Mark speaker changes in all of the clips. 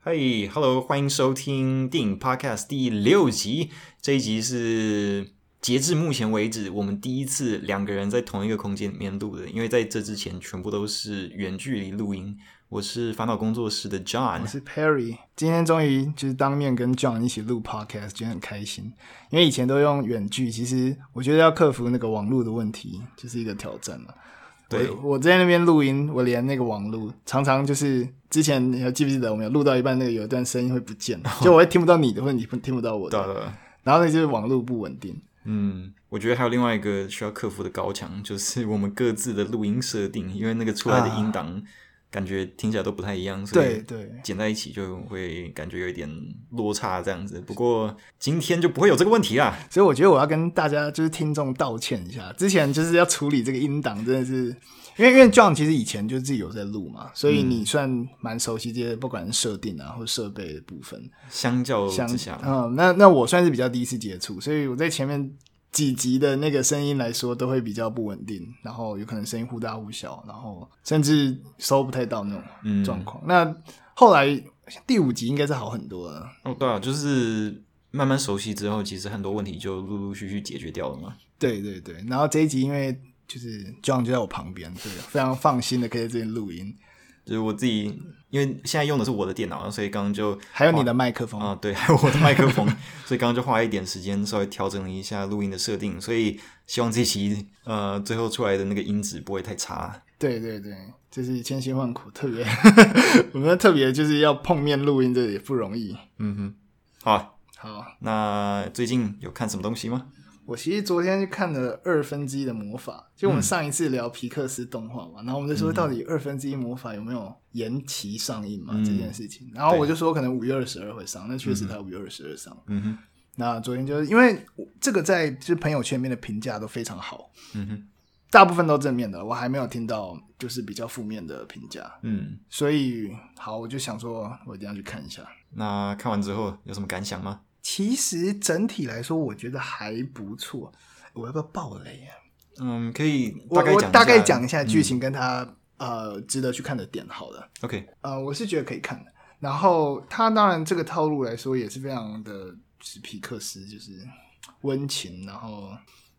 Speaker 1: 嘿、h e l l o 欢迎收听电影 Podcast 第六集。这一集是截至目前为止我们第一次两个人在同一个空间里面录的，因为在这之前全部都是远距离录音。我是烦恼工作室的
Speaker 2: 我
Speaker 1: John，
Speaker 2: 是 Perry，今天终于就是当面跟 John 一起录 podcast，觉得很开心。因为以前都用远距，其实我觉得要克服那个网络的问题，就是一个挑战了。
Speaker 1: 对
Speaker 2: 我我在那边录音，我连那个网络常常就是之前你还记不记得我们有录到一半，那个有一段声音会不 见，就我会听不到你的，或者你听不到我
Speaker 1: 对啊
Speaker 2: 的，
Speaker 1: 了，
Speaker 2: 然后那就是网络不稳定。
Speaker 1: 嗯，我觉得还有另外一个需要克服的高墙，就是我们各自的录音设定，因为那个出来的音档感觉听起来都不太一样，所以
Speaker 2: 对对，
Speaker 1: 剪在一起就会感觉有一点落差这样子。不过今天就不会有这个问题啦。
Speaker 2: 所以我觉得我要跟大家就是听众道歉一下，之前就是要处理这个音档，真的是因为因为 John 其实以前就自己有在录嘛，所以你算蛮熟悉这些不管是设定啊或设备的部分。
Speaker 1: 相较
Speaker 2: 像
Speaker 1: 之下，
Speaker 2: 嗯，那那我算是比较第一次接触，所以我在前面几集的那个声音来说都会比较不稳定，然后有可能声音忽大忽小，然后甚至收不太到那
Speaker 1: 嗯
Speaker 2: 种状况。那后来第五集应该是好很多了。
Speaker 1: 哦对啊，就是慢慢熟悉之后，其实很多问题就陆陆续续解决掉了嘛。
Speaker 2: 对对对，然后这一集因为就是 John 就在我旁边，对，非常放心的可以在这边录音，
Speaker 1: 就是我自己，因为现在用的是我的电脑，所以刚刚就
Speaker 2: 还有你的麦克风，
Speaker 1: 啊，对，还有我的 麦克风，所以刚刚就花了一点时间稍微调整了一下录音的设定，所以希望这期呃最后出来的那个音质不会太差。
Speaker 2: 对对对，就是千辛万苦，特别 我们特别就是要碰面录音，这也不容易。
Speaker 1: 嗯哼，好啊，
Speaker 2: 好，
Speaker 1: 那最近有看什么东西吗？
Speaker 2: 我其实昨天就看了二分之一的魔法，就我
Speaker 1: 嗯
Speaker 2: 们上一次聊皮克斯动画嘛，然后我们就说到底二分之一魔法有没有延期上映嘛、
Speaker 1: 嗯
Speaker 2: 这件事情，然后我
Speaker 1: 对
Speaker 2: 就说可能五月二十二会上，那确实它五月二十二上，
Speaker 1: 嗯哼，
Speaker 2: 那昨天就是因为我这个在就是朋友圈里面的评价都非常好，
Speaker 1: 嗯哼，
Speaker 2: 大部分都正面的，我还没有听到就是比较负面的评价，
Speaker 1: 嗯，
Speaker 2: 所以好，我就想说我一定要去看一下。
Speaker 1: 那看完之后有什么感想吗？
Speaker 2: 其实整体来说，我觉得还不错。我要不要爆雷啊？
Speaker 1: 嗯，可以
Speaker 2: 我
Speaker 1: 大概
Speaker 2: 我
Speaker 1: 讲
Speaker 2: 大概讲一下剧
Speaker 1: 嗯
Speaker 2: 情跟它、呃值得去看的点好了。
Speaker 1: OK，
Speaker 2: 呃，我是觉得可以看的。然后它当然这个套路来说也是非常的，就是皮克斯就是温情，然后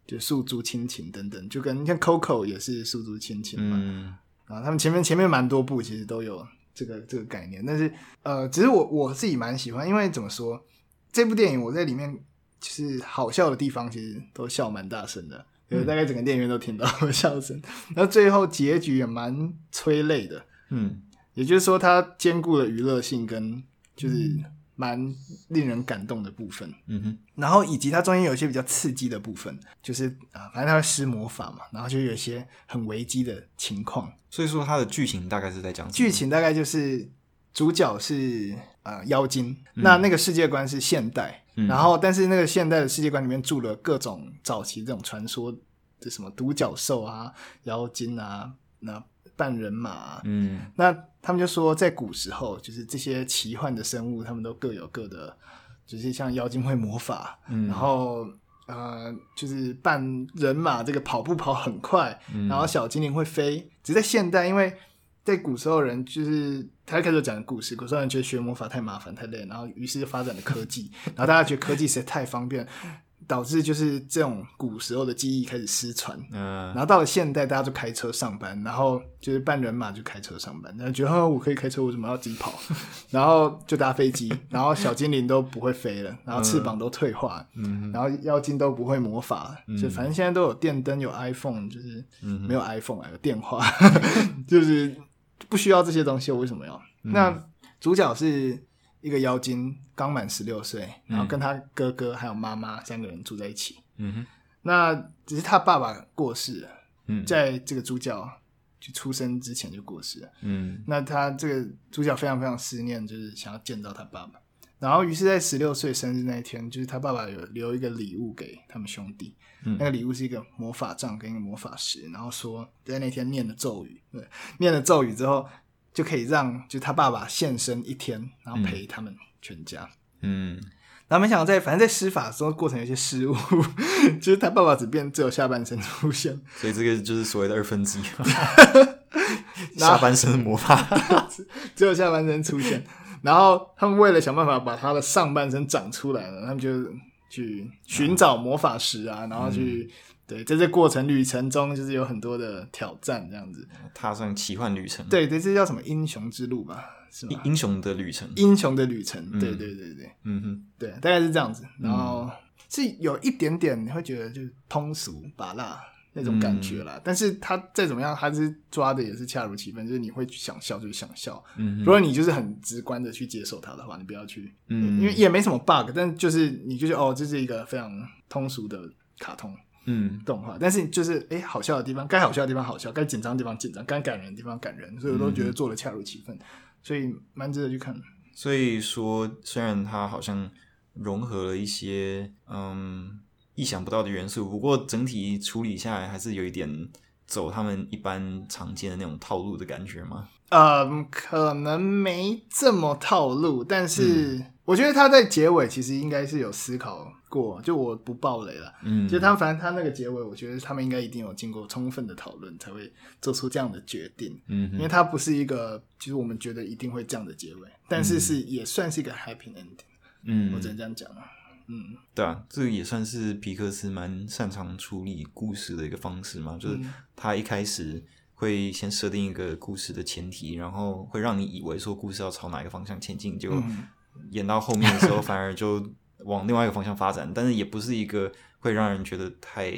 Speaker 2: 就诉诸亲情等等，就跟像 Coco 也是诉诸亲情嘛。
Speaker 1: 嗯
Speaker 2: 然啊后他们前面前面蛮多部其实都有这个这个概念，但是呃，只是我我自己蛮喜欢，因为怎么说，这部电影我在里面就是好笑的地方，其实都笑蛮大声的，就是
Speaker 1: 嗯
Speaker 2: 大概整个电影院都听到 我的笑声。然后最后结局也蛮催泪的，
Speaker 1: 嗯
Speaker 2: 也就是说，它兼顾了娱乐性跟就是蛮令人感动的部分。
Speaker 1: 嗯哼，
Speaker 2: 然后以及它中间有一些比较刺激的部分，就是啊、反正它会施魔法嘛，然后就有一些很危机的情况。
Speaker 1: 所以说它的剧情大概是在讲什么
Speaker 2: 剧，情大概就是主角是呃妖精，那那个世界观是现代，
Speaker 1: 嗯
Speaker 2: 然后但是那个现代的世界观里面住了各种早期这种传说的什么独角兽啊、妖精啊、那半人马、啊，
Speaker 1: 嗯
Speaker 2: 那他们就说在古时候，就是这些奇幻的生物，他们都各有各的，就是像妖精会魔法，
Speaker 1: 嗯，
Speaker 2: 然后呃，就是扮人马，这个跑步跑很快，
Speaker 1: 嗯
Speaker 2: 然后小精灵会飞。只是在现代，因为在古时候人就是他一开始讲的故事，古时候人觉得学魔法太麻烦太累，然后于是就发展了科技，然后大家觉得科技实在太方便，导致就是这种古时候的记忆开始失传。
Speaker 1: 嗯、
Speaker 2: 然后到了现代，大家就开车上班，然后就是半人马就开车上班，然后觉得、哦、我可以开车，为什么要自己跑？ 然后就搭飞机，然后小精灵都不会飞了，然后翅膀都退化，
Speaker 1: 嗯
Speaker 2: 然后妖精都不会魔法，
Speaker 1: 嗯
Speaker 2: 就反正现在都有电灯，有 iPhone，就是
Speaker 1: 嗯
Speaker 2: 没有 iPhone 啊，有电话， 就是不需要这些东西，我为什么要？
Speaker 1: 嗯
Speaker 2: 那主角是一个妖精，刚满十六岁，然后跟他哥哥还有妈妈三个人住在一起。
Speaker 1: 嗯哼
Speaker 2: 那只是他爸爸过世了，
Speaker 1: 嗯
Speaker 2: 在这个主角就出生之前就过世了。
Speaker 1: 嗯
Speaker 2: 那他这个主角非常非常思念，就是想要见到他爸爸。然后，于是，在十六岁生日那一天，就是他爸爸有留一个礼物给他们兄弟。
Speaker 1: 嗯
Speaker 2: 那个礼物是一个魔法杖跟一个魔法石，然后说在那天念了咒语，对，念了咒语之后，就可以让就他爸爸现身一天，然后陪他们全家。
Speaker 1: 嗯
Speaker 2: 然后没想到在反正在施法的时候过程有些失误， 就是他爸爸只变只有下半身出现，
Speaker 1: 所以这个就是所谓的二分 之一，
Speaker 2: 然后
Speaker 1: 下半身的魔法，
Speaker 2: 只有下半身出现。 然后他们为了想办法把他的上半身长出来了，他们就去寻找魔法石啊，然后去对，在这过程旅程中就是有很多的挑战这样子。
Speaker 1: 踏上奇幻旅程，
Speaker 2: 对对，这叫什么英雄之路吧？是吗
Speaker 1: 英，？英雄的旅程，
Speaker 2: 英雄的旅程，
Speaker 1: 嗯
Speaker 2: 对对对对
Speaker 1: 嗯哼，
Speaker 2: 对，大概是这样子。然后是有一点点你会觉得就是通俗拔辣那种感觉啦，但是他再怎么样，他是抓的也是恰如其分，就是你会想笑就想笑。
Speaker 1: 嗯哼，
Speaker 2: 如果你就是很直观的去接受它的话，你不要去，
Speaker 1: 嗯
Speaker 2: 因为也没什么 bug，但就是你就是哦，这是一个非常通俗的卡通
Speaker 1: 嗯
Speaker 2: 动画，但是就是哎，好笑的地方该好笑的地方好笑，该紧张的地方紧张，该感人的地方感人，所以我都觉得做的恰如其分，所以蛮值得去看的。
Speaker 1: 所以说，虽然它好像融合了一些嗯意想不到的元素，不过整体处理下来还是有一点走他们一般常见的那种套路的感觉嘛。
Speaker 2: 嗯，可能没这么套路，但是
Speaker 1: 嗯
Speaker 2: 我觉得他在结尾其实应该是有思考过，就我不爆雷了。
Speaker 1: 嗯，
Speaker 2: 就他反正他那个结尾，我觉得他们应该一定有经过充分的讨论，才会做出这样的决定。
Speaker 1: 嗯
Speaker 2: 因为
Speaker 1: 哼，
Speaker 2: 它不是一个，就是我们觉得一定会这样的结尾，但是是也算是一个 happy ending，我
Speaker 1: 嗯，
Speaker 2: 只能这样讲啊。嗯，
Speaker 1: 对啊，这也算是皮克斯蛮擅长处理故事的一个方式嘛，就是
Speaker 2: 嗯
Speaker 1: 他一开始。会先设定一个故事的前提，然后会让你以为说故事要朝哪个方向前进，就
Speaker 2: 嗯
Speaker 1: 演到后面的时候，反而就往另外一个方向发展，但 是也不是一个会让人觉得太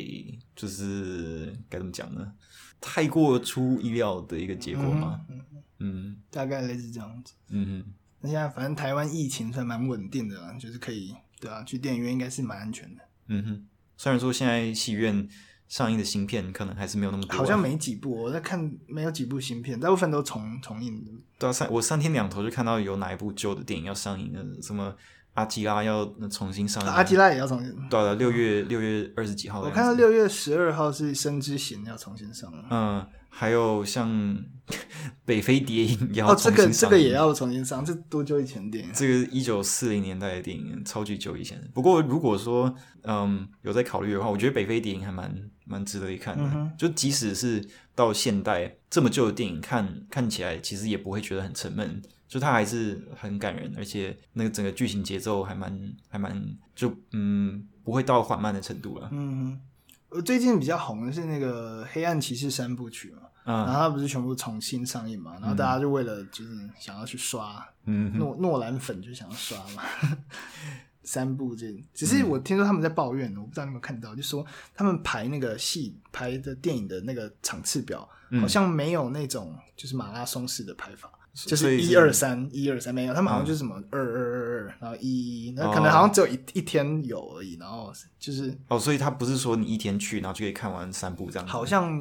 Speaker 1: 就是该怎么讲呢？太过出意料的一个结果嘛。
Speaker 2: 嗯嗯
Speaker 1: 嗯
Speaker 2: 大概类似这样子。
Speaker 1: 嗯
Speaker 2: 那现在反正台湾疫情算蛮稳定的啦，就是可以对啊，去电影院应该是蛮安全的，
Speaker 1: 嗯哼。虽然说现在戏院上映的新片可能还是没有那么多啊，
Speaker 2: 好像没几部，我在看没有几部新片，大部分都重重映的。
Speaker 1: 对啊，三我三天两头就看到有哪一部旧的电影要上映了，什么阿基拉要重新上映，
Speaker 2: 阿基拉也要重映，
Speaker 1: 对啊，六月六月二十几号的
Speaker 2: 我
Speaker 1: 样子，
Speaker 2: 看到六月十二号是《生之行》要重新上了。
Speaker 1: 嗯，还有像 北非谍影也要
Speaker 2: 哦，这
Speaker 1: 重新
Speaker 2: 个这
Speaker 1: 上
Speaker 2: 个
Speaker 1: 映
Speaker 2: 也要重新上，这多久以前的电影？
Speaker 1: 这个一九四零年代的电影，超级久以前的。不过如果说嗯有在考虑的话，我觉得北非谍影还蛮蛮值得一看的。
Speaker 2: 嗯哼
Speaker 1: 就即使是到现代这么旧的电影，看看起来其实也不会觉得很沉闷，就它还是很感人，而且那个整个剧情节奏还蛮还蛮就嗯不会到缓慢的程度啊了。
Speaker 2: 嗯，我最近比较红的是那个《黑暗骑士》三部曲嘛，然后
Speaker 1: 嗯
Speaker 2: 它不是全部重新上映嘛，然后大家就为了就是想要去刷，
Speaker 1: 嗯哼
Speaker 2: 诺诺兰粉就想要刷嘛。 三部这，只
Speaker 1: 嗯
Speaker 2: 是我听说他们在抱怨，我不知道你有没有看到，就说他们排那个戏排的电影的那个场次表，
Speaker 1: 嗯
Speaker 2: 好像没有那种就是马拉松式的排法，就
Speaker 1: 所
Speaker 2: 是
Speaker 1: 以
Speaker 2: 一
Speaker 1: 是嗯
Speaker 2: 二三一二三没有，他们好像就是什么二二二二，然后一一，那可能好像只有一一天有而已，然后就是
Speaker 1: 哦，所以它不是说你一天去然后就可以看完三部这样子。
Speaker 2: 好像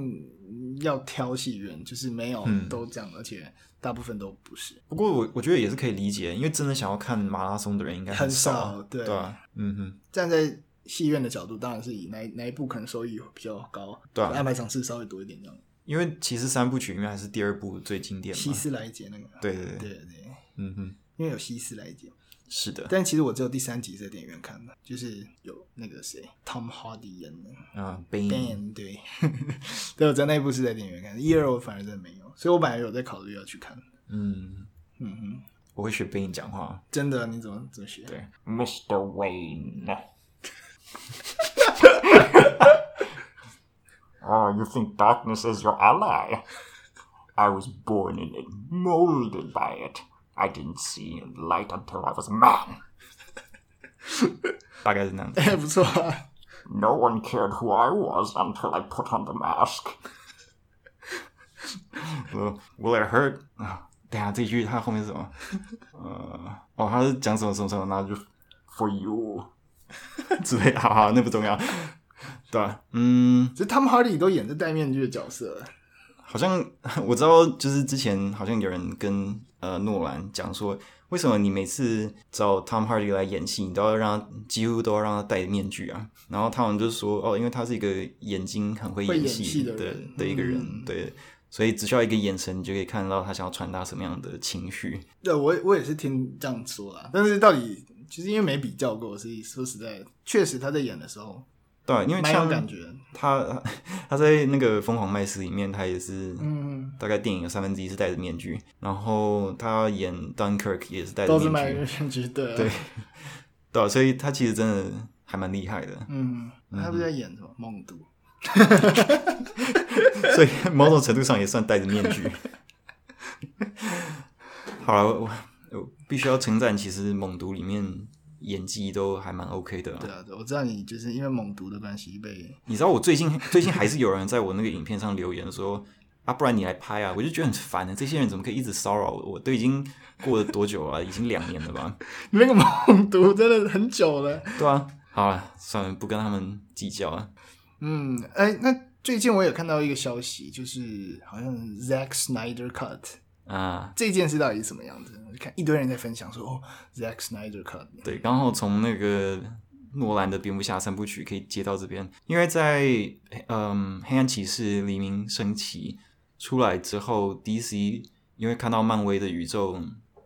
Speaker 2: 要挑戏院，就是没有
Speaker 1: 嗯
Speaker 2: 都这样，而且大部分都不是
Speaker 1: 不过我我觉得也是可以理解，因为真的想要看马拉松的人应该
Speaker 2: 很
Speaker 1: 少啊，
Speaker 2: 少，对
Speaker 1: 对啊，嗯哼。
Speaker 2: 站在戏院的角度，当然是以哪一哪一部可能收益比较高，
Speaker 1: 对啊
Speaker 2: 安排场次稍微多一点这样。
Speaker 1: 因为其实三部曲里面还是第二部最经典
Speaker 2: 希
Speaker 1: 嘛。
Speaker 2: 斯莱杰那个，
Speaker 1: 对对
Speaker 2: 对
Speaker 1: 对，
Speaker 2: 对对，
Speaker 1: 嗯哼，
Speaker 2: 因为有希斯莱杰，
Speaker 1: 是的，
Speaker 2: 但其实我只有第三集在电影院看的，就是有那个谁，Tom Hardy 演的
Speaker 1: 啊，Bane，
Speaker 2: Dan，对， 对，我在那一部是在电影院看的，一二我反而真的没有，所以我本来有在考虑要去看，
Speaker 1: 嗯，
Speaker 2: 嗯哼，
Speaker 1: 我会学 Bane 讲话，
Speaker 2: 真的，啊你怎么怎么学？
Speaker 1: 对，
Speaker 3: Mr. Wayne. oh, you think darkness is your ally? I was born in it, molded by it. I didn't see light until I was a man.
Speaker 1: 大概是那样子。
Speaker 2: 哎， 不错啊，
Speaker 3: No one cared who I was until I put on the mask.
Speaker 1: 呃 Will it hurt？啊，等一下这一句它后面是什么？ 呃，哦，他是讲什么什么什么，然后就
Speaker 3: For you.
Speaker 1: 之类，好好，那不重要。对啊，嗯，
Speaker 2: 这 Tom Hardy 都演这戴面具的角色了，
Speaker 1: 好像 我知道，就是之前好像有人跟呃诺兰讲说，为什么你每次找 Tom Hardy 来演戏，你都要让他几乎都要让他戴面具啊？然后他们就说，哦，因为他是一个眼睛很会
Speaker 2: 会
Speaker 1: 演
Speaker 2: 演
Speaker 1: 戏
Speaker 2: 戏
Speaker 1: 的
Speaker 2: 的人
Speaker 1: 一个人，
Speaker 2: 嗯
Speaker 1: 对，所以只需要一个眼神，你就可以看到他想要传达什么样的情绪。
Speaker 2: 对，我我也是听这样说啦，但是到底其实因为没比较过，所以说实在，确实他在演的时候，
Speaker 1: 对啊，因为
Speaker 2: 蛮有
Speaker 1: 像
Speaker 2: 感觉的。
Speaker 1: 他他 他在那个《疯狂麦斯》里面，他也是
Speaker 2: 嗯，
Speaker 1: 大概电影有三分之一是戴着面具，然后他演 Dunkirk 也是戴着
Speaker 2: 都是蛮
Speaker 1: 面
Speaker 2: 有
Speaker 1: 具，
Speaker 2: 感觉的。。
Speaker 1: 对，对啊、所以他其实真的还蛮厉害的
Speaker 2: 嗯，他不是在演什么梦都？
Speaker 1: 所以某种程度上也算戴着面 具。好了，我我必须要称赞，其实《猛毒》里面演技都还蛮 OK 的啊、
Speaker 2: 对啊，对，我知道你就是因为猛毒的关系被
Speaker 1: 你知道我最近最近还是有人在我那个影片上留言说。啊，不然你来拍啊！我就觉得很烦啊，这些人怎么可以一直骚扰我？我都已经过了多久啊了？已经两年了吧？
Speaker 2: 你那个猛毒真的很久了。
Speaker 1: 对啊，好了，算了，不跟他们计较啊了。
Speaker 2: 嗯，哎，那最近我有看到一个消息，就是好像 Zack Snyder cut
Speaker 1: 啊，
Speaker 2: 这件事到底是什么样子？我就看一堆人在分享说，哦，Zack Snyder cut，
Speaker 1: 对，刚好从那个诺兰的蝙蝠侠三部曲可以接到这边，因为在嗯黑暗骑士黎明升起出来之后，DC 因为看到漫威的宇宙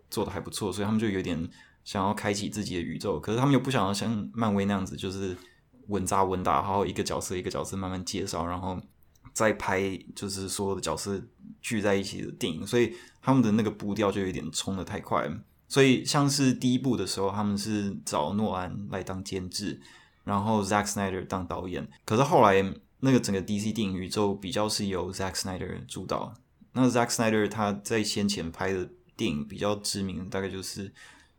Speaker 1: 做的还不错，所以他们就有点想要开启自己的宇宙，可是他们又不想要像漫威那样子，就是稳扎稳打，然后一个角色一个角色慢慢介绍，然后再拍就是所有的角色聚在一起的电影，所以他们的那个步调就有点冲的太快了。所以像是第一部的时候，他们是找诺兰来当监制，然后 Zack Snyder 当导演。可是后来那个整个 DC 电影宇宙比较是由 Zack Snyder 主导。那 Zack Snyder 他在先前拍的电影比较知名，大概就是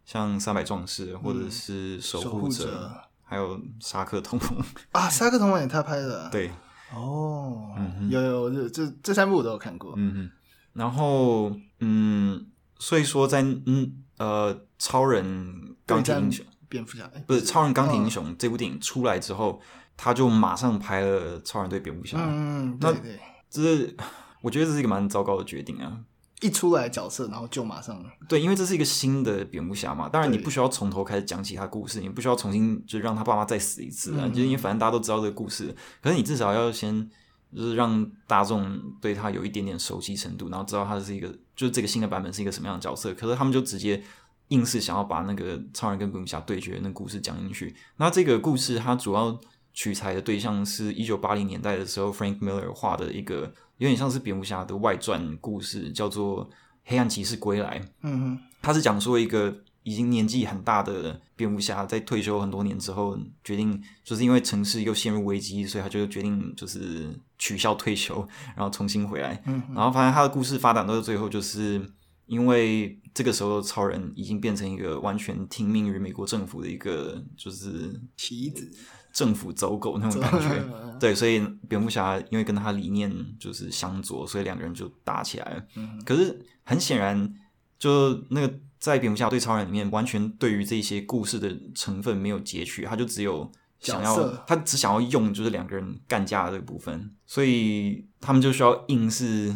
Speaker 1: 像《三百壮士》或者是《嗯守
Speaker 2: 守
Speaker 1: 护
Speaker 2: 护
Speaker 1: 者》
Speaker 2: 者
Speaker 1: 还有《沙克同盟》。
Speaker 2: 啊，沙克同盟也他拍的。，
Speaker 1: 对，
Speaker 2: 哦，
Speaker 1: 嗯哼
Speaker 2: 有有这这这三部我都有看过。
Speaker 1: 嗯哼，然后嗯，所以说在嗯呃，超人钢铁英雄
Speaker 2: 蝙蝠侠哎
Speaker 1: 不是超人钢铁英
Speaker 2: 嗯
Speaker 1: 雄、这部电影出来之后，他就马上拍了超人对蝙蝠侠，
Speaker 2: 嗯，嗯
Speaker 1: 那
Speaker 2: 对对，
Speaker 1: 这是 我觉得这是一个蛮糟糕的决定啊。
Speaker 2: 一出来角色，然后就马上
Speaker 1: 对，因为这是一个新的蝙蝠侠嘛，当然你
Speaker 2: 对
Speaker 1: 不需要从头开始讲起他的故事，你不需要重新就让他爸妈再死一次啊，
Speaker 2: 嗯
Speaker 1: 就因为反正大家都知道这个故事，可是你至少要先就是让大众对他有一点点熟悉程度，然后知道他是一个就是这个新的版本是一个什么样的角色。可是他们就直接硬是想要把那个超人跟蝙蝠侠对决的那个故事讲进去。那这个故事它主要取材的对象是一九八零年代的时候 Frank Miller 画的一个有点像是蝙蝠侠的外传故事，叫做《黑暗骑士归来》。
Speaker 2: 嗯
Speaker 1: 他是讲说一个已经年纪很大的蝙蝠侠，在退休很多年之后，决定就是因为城市又陷入危机，所以他就决定就是取消退休，然后重新回来。
Speaker 2: 嗯嗯
Speaker 1: 然后发现他的故事发展到最后，就是因为这个时候超人已经变成一个完全听命于美国政府的一个就是
Speaker 2: 棋子
Speaker 1: 政府走狗那种嗯感觉。对，所以蝙蝠侠因为跟他理念就是相左，所以两个人就打起来了。
Speaker 2: 嗯
Speaker 1: 可是很显然，就那个在蝙蝠侠对超人里面，完全对于这些故事的成分没有截取，他就只有想
Speaker 2: 角
Speaker 1: 要
Speaker 2: 色，
Speaker 1: 他只想要用就是两个人干架的这个部分，所以他们就需要硬是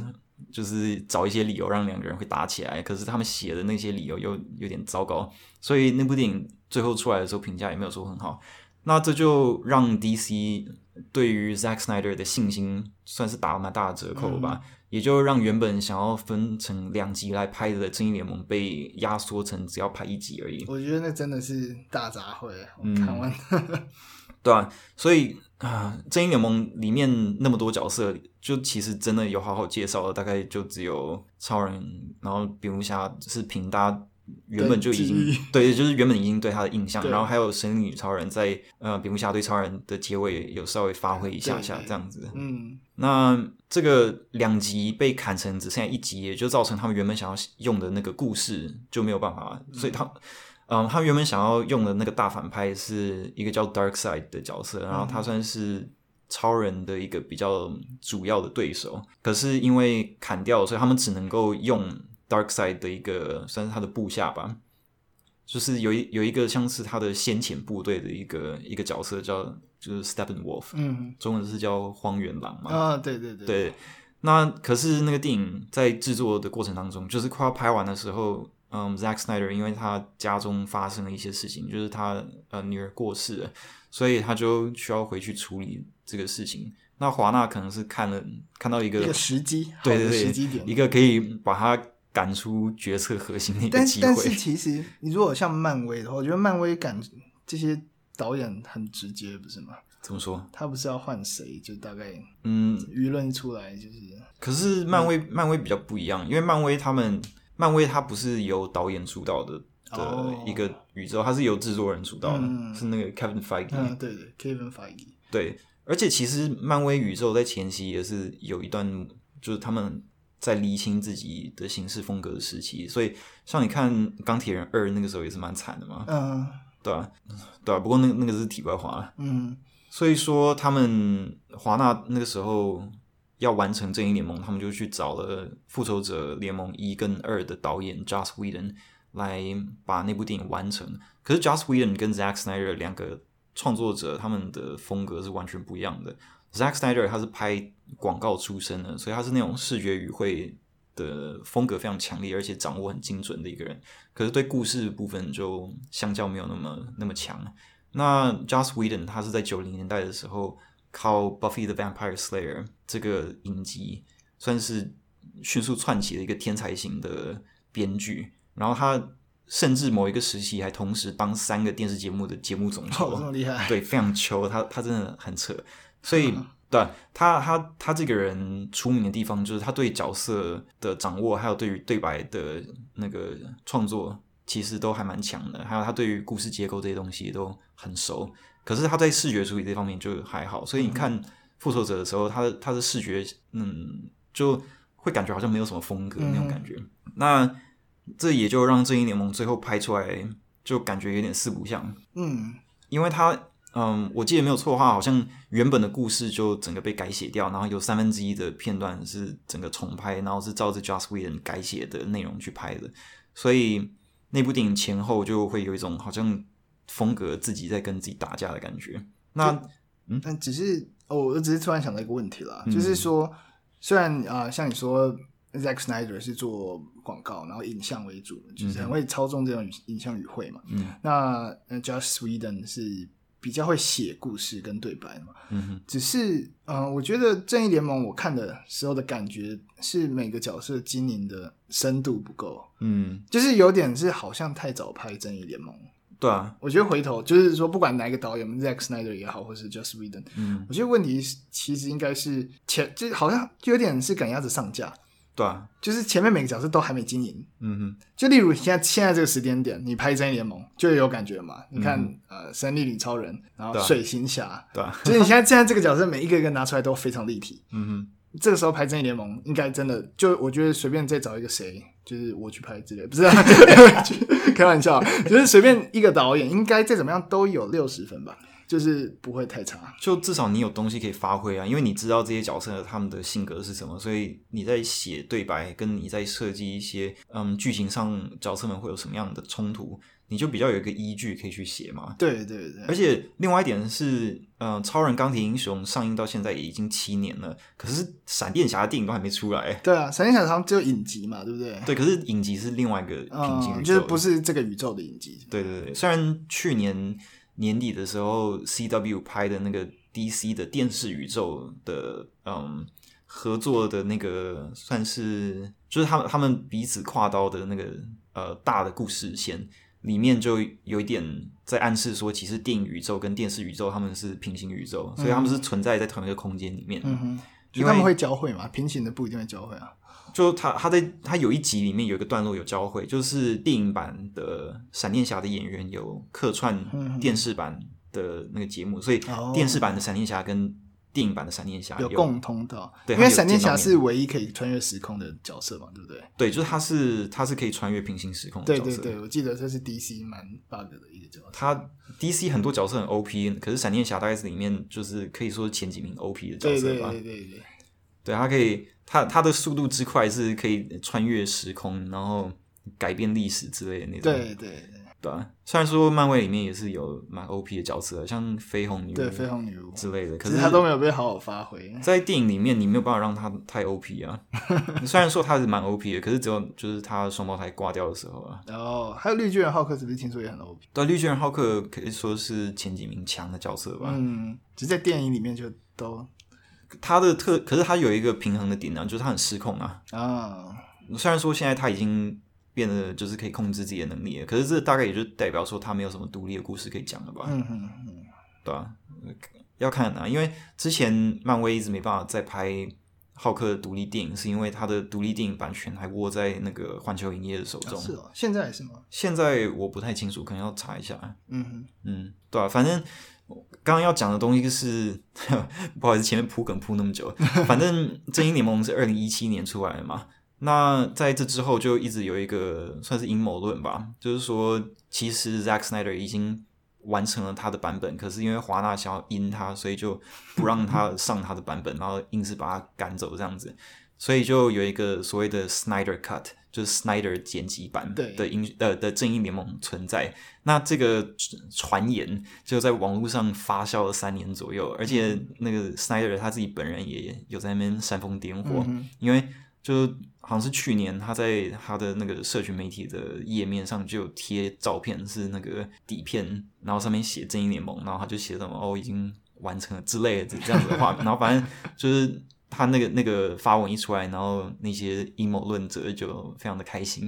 Speaker 1: 就是找一些理由让两个人会打起来。可是他们写的那些理由又有点糟糕，所以那部电影最后出来的时候评价也没有说很好。那这就让 DC 对于 Zack Snyder 的信心算是打了蛮大的折扣吧，也就让原本想要分成两集来拍的《正义联盟》被压缩成只要拍一集而已。
Speaker 2: 我觉得那真的是大杂烩，啊我
Speaker 1: 嗯
Speaker 2: 看完
Speaker 1: 对啊，所以啊，正义联盟里面那么多角色，就其实真的有好好介绍的，大概就只有超人，然后蝙蝠侠是凭大家原本就已
Speaker 2: 对记
Speaker 1: 经
Speaker 2: 忆
Speaker 1: 对，就是原本已经对他的印象，
Speaker 2: 对
Speaker 1: 然后还有神力女超人在呃蝙蝠侠对超人的结尾有稍微发挥一下下
Speaker 2: 对对
Speaker 1: 这样子，
Speaker 2: 嗯
Speaker 1: 那这个两集被砍成只剩下一集，也就造成他们原本想要用的那个故事就没有办法，所以他，嗯，他们原本想要用的那个大反派是一个叫 Dark Side 的角色，然后他算是超人的一个比较主要的对手，可是因为砍掉了，所以他们只能够用 Dark Side 的一个算是他的部下吧，就是有一有一个像是他的先遣部队的一个一个角色叫就是 Steppenwolf，
Speaker 2: 嗯
Speaker 1: 中文是叫荒原狼嘛。
Speaker 2: 啊，对对对，
Speaker 1: 对，那可是那个电影在制作的过程当中，就是快要拍完的时候，嗯，Zack Snyder 因为他家中发生了一些事情，就是他呃女儿过世了，所以他就需要回去处理这个事情。那华纳可能是看了看到一个
Speaker 2: 一个时机，
Speaker 1: 对对
Speaker 2: 好的
Speaker 1: 对
Speaker 2: 时机点，
Speaker 1: 一个可以把他赶出决策核心的一个
Speaker 2: 但
Speaker 1: 机
Speaker 2: 但
Speaker 1: 会
Speaker 2: 是。其实你如果像漫威的话，我觉得漫威感这些导演很直接，不是吗？
Speaker 1: 怎么说？
Speaker 2: 他不是要换谁，就大概
Speaker 1: 嗯，
Speaker 2: 舆论出来就是
Speaker 1: 可是漫威、漫威比较不一样，因为漫威他们漫威它不是由导演主导的的
Speaker 2: 哦
Speaker 1: 一个宇宙，它是由制作人主导的，
Speaker 2: 嗯
Speaker 1: 是那个 Kevin Feige、
Speaker 2: 嗯，对对，Kevin Feige，
Speaker 1: 对，而且其实漫威宇宙在前期也是有一段，就是他们在厘清自己的行事风格的时期，所以像你看钢铁人二那个时候也是蛮惨的嘛，
Speaker 2: 嗯
Speaker 1: 对吧、对啊，不过那那个是题外话了。
Speaker 2: 嗯
Speaker 1: 所以说，他们华纳那个时候要完成正义联盟，他们就去找了《复仇者联盟一》跟二的导演 Joss Whedon 来把那部电影完成。可是 Joss Whedon 跟 Zack Snyder 两个创作者，他们的风格是完全不一样的。Zack Snyder 他是拍广告出身的，所以他是那种视觉语汇的风格非常强烈，而且掌握很精准的一个人。可是对故事部分就相较没有那么那么强。那 Joss Whedon 他是在九零年代的时候靠《Buffy the Vampire Slayer》这个影集，算是迅速窜起了一个天才型的编剧。然后他甚至某一个时期还同时当三个电视节目的节目 总
Speaker 2: 哦，这么
Speaker 1: 筹，
Speaker 2: 厉害，
Speaker 1: 对，非常秋，他他真的很扯。所以，对他他他这个人出名的地方，就是他对角色的掌握，还有对于对白的那个创作，其实都还蛮强的。还有他对于故事结构这些东西都很熟。可是他在视觉处理这方面就还好，所以你看《复仇者》的时候，他的他的视觉，嗯，就会感觉好像没有什么风格
Speaker 2: 嗯
Speaker 1: 那种感觉。那这也就让《正义联盟》最后拍出来，就感觉有点四不像。
Speaker 2: 嗯
Speaker 1: 因为他，嗯，我记得没有错的话，好像原本的故事就整个被改写掉，然后有三分之一的片段是整个重拍，然后是照着 Joss Whedon 改写的内容去拍的，所以那部电影前后就会有一种好像风格自己在跟自己打架的感觉。那
Speaker 2: 但只是哦，我只是突然想到一个问题啦，
Speaker 1: 嗯
Speaker 2: 就是说，虽然啊、呃像你说，Zack Snyder 是做广告，然后影像为主的，就
Speaker 1: 嗯
Speaker 2: 是很
Speaker 1: 哼
Speaker 2: 会操纵这种影影像语汇嘛。
Speaker 1: 嗯
Speaker 2: 那呃 Josh Sweden 是比较会写故事跟对白的嘛。
Speaker 1: 嗯哼
Speaker 2: 只是，呃，我觉得《正义联盟》我看的时候的感觉是每个角色经营的深度不够，
Speaker 1: 嗯，
Speaker 2: 就是有点是好像太早拍《正义联盟》。
Speaker 1: 对啊，
Speaker 2: 我觉得回头就是说，不管哪一个导演，Zack Snyder 也好，或是 Joss Whedon，
Speaker 1: 嗯
Speaker 2: 我觉得问题是其实应该是前，就好像就有点是赶鸭子上架，
Speaker 1: 对啊，
Speaker 2: 就是前面每个角色都还没经营。
Speaker 1: 嗯哼
Speaker 2: 就例如现在现在这个时间点，你拍《正义联盟》就有感觉嘛？你看，
Speaker 1: 嗯
Speaker 2: 呃，神力女超人，然后
Speaker 1: 对啊
Speaker 2: 水行侠，
Speaker 1: 对啊，
Speaker 2: 就是你现在现在这个角色每一个一个拿出来都非常立体。
Speaker 1: 嗯哼
Speaker 2: 这个时候拍《正义联盟》，应该真的就我觉得随便再找一个谁，就是我去拍之类，不是、啊、 开玩笑，就是随便一个导演，应该再怎么样都有六十分吧，就是不会太差。
Speaker 1: 就至少你有东西可以发挥啊，因为你知道这些角色他们的性格是什么，所以你在写对白，跟你在设计一些嗯剧情上角色们会有什么样的冲突，你就比较有一个依据可以去写嘛。
Speaker 2: 对对对，
Speaker 1: 而且另外一点是，嗯、超人钢铁英雄上映到现在也已经七年了，可是闪电侠的电影都还没出来。
Speaker 2: 对啊，闪电侠他们只有影集嘛，对不对？
Speaker 1: 对，可是影集是另外一个平行宇宙、
Speaker 2: 嗯，就是不是这个宇宙的影集。
Speaker 1: 对对对，虽然去年年底的时候，CW 拍的那个 DC 的电视宇宙的嗯合作的那个算是就是他们他们彼此跨刀的那个呃大的故事线里面就有一点在暗示说，其实电影宇宙跟电视宇宙他们是平行宇宙，所以他们是存在在同一个空间里面。
Speaker 2: 嗯哼，
Speaker 1: 因
Speaker 2: 就
Speaker 1: 为
Speaker 2: 他们会交汇嘛，平行的不一定会交汇啊。
Speaker 1: 就他他在他有一集里面有一个段落有交汇，就是电影版的闪电侠的演员有客
Speaker 2: 嗯
Speaker 1: 串
Speaker 2: 嗯
Speaker 1: 电视版的那个节目，所以
Speaker 2: 哦
Speaker 1: 电视版的闪电侠跟电影版的闪电侠
Speaker 2: 有共通到，
Speaker 1: 啊对
Speaker 2: 因为
Speaker 1: 他有
Speaker 2: 闪电侠
Speaker 1: 见到
Speaker 2: 是
Speaker 1: 面
Speaker 2: 唯一可以穿越时空的角色嘛，对不对？
Speaker 1: 对，就是他是他是可以穿越平行时空的
Speaker 2: 对
Speaker 1: 角
Speaker 2: 对
Speaker 1: 色。
Speaker 2: 对，我记得这是 DC 蛮 bug 的一个角色。
Speaker 1: 他 DC 很多角色很 OP，可是闪电侠大概是里面就是可以说是前几名 OP 的角
Speaker 2: 对
Speaker 1: 色吧。
Speaker 2: 对对对对，
Speaker 1: 对，他可以，他他的速度之快是可以穿越时空，然后改变历史之类的那种。
Speaker 2: 对对对
Speaker 1: 对啊，虽然说漫威里面也是有蛮 OP 的角色，像绯红女巫、
Speaker 2: 对，绯红女巫，
Speaker 1: 之类的，可
Speaker 2: 只
Speaker 1: 是
Speaker 2: 是他都没有被好好发挥。
Speaker 1: 在电影里面，你没有办法让他太 OP 啊。虽然说他是蛮 OP 的，可是只有就是他双胞胎挂掉的时候啊，
Speaker 2: 然后还有绿巨人浩克，是不是听说也很 OP？
Speaker 1: 对啊绿巨人浩克可以说是前几名强的角色吧。
Speaker 2: 嗯，只是在电影里面就都
Speaker 1: 他的特，可是他有一个平衡的点啊，就是他很失控啊。
Speaker 2: 啊，
Speaker 1: 虽然说现在他已经变得就是可以控制自己的能力了，可是这大概也就代表说他没有什么独立的故事可以讲了吧？
Speaker 2: 嗯嗯哼，嗯
Speaker 1: 对啊，要看啊，因为之前漫威一直没办法再拍浩克的独立电影，是因为他的独立电影版权还握在那个环球影业的手
Speaker 2: 啊
Speaker 1: 中。
Speaker 2: 是哦，现在也是吗？
Speaker 1: 现在我不太清楚，可能要查一下。
Speaker 2: 嗯哼，
Speaker 1: 嗯，对啊，反正刚刚要讲的东西是， 不好意思，前面铺梗铺那么久。反正《正义联盟》是二零一七年出来的嘛，那在这之后就一直有一个算是阴谋论吧，就是说其实 Zack Snyder 已经完成了他的版本，可是因为华纳想要阴他，所以就不让他上他的版本，然后硬是把他赶走这样子，所以就有一个所谓的 Snyder Cut，就是 Snyder 剪辑版
Speaker 2: 对
Speaker 1: 的英呃的正义联盟存在。那这个传言就在网络上发酵了三年左右，而且那个 Snyder 他自己本人也有在那边煽风点火，
Speaker 2: 嗯哼
Speaker 1: 因为就好像是去年他在他的那个社群媒体的页面上就有贴照片，是那个底片，然后上面写正义联盟，然后他就写什么哦已经完成了之类的这样子的话，然后反正就是。他那个那个发文一出来，然后那些阴谋论者就非常的开心，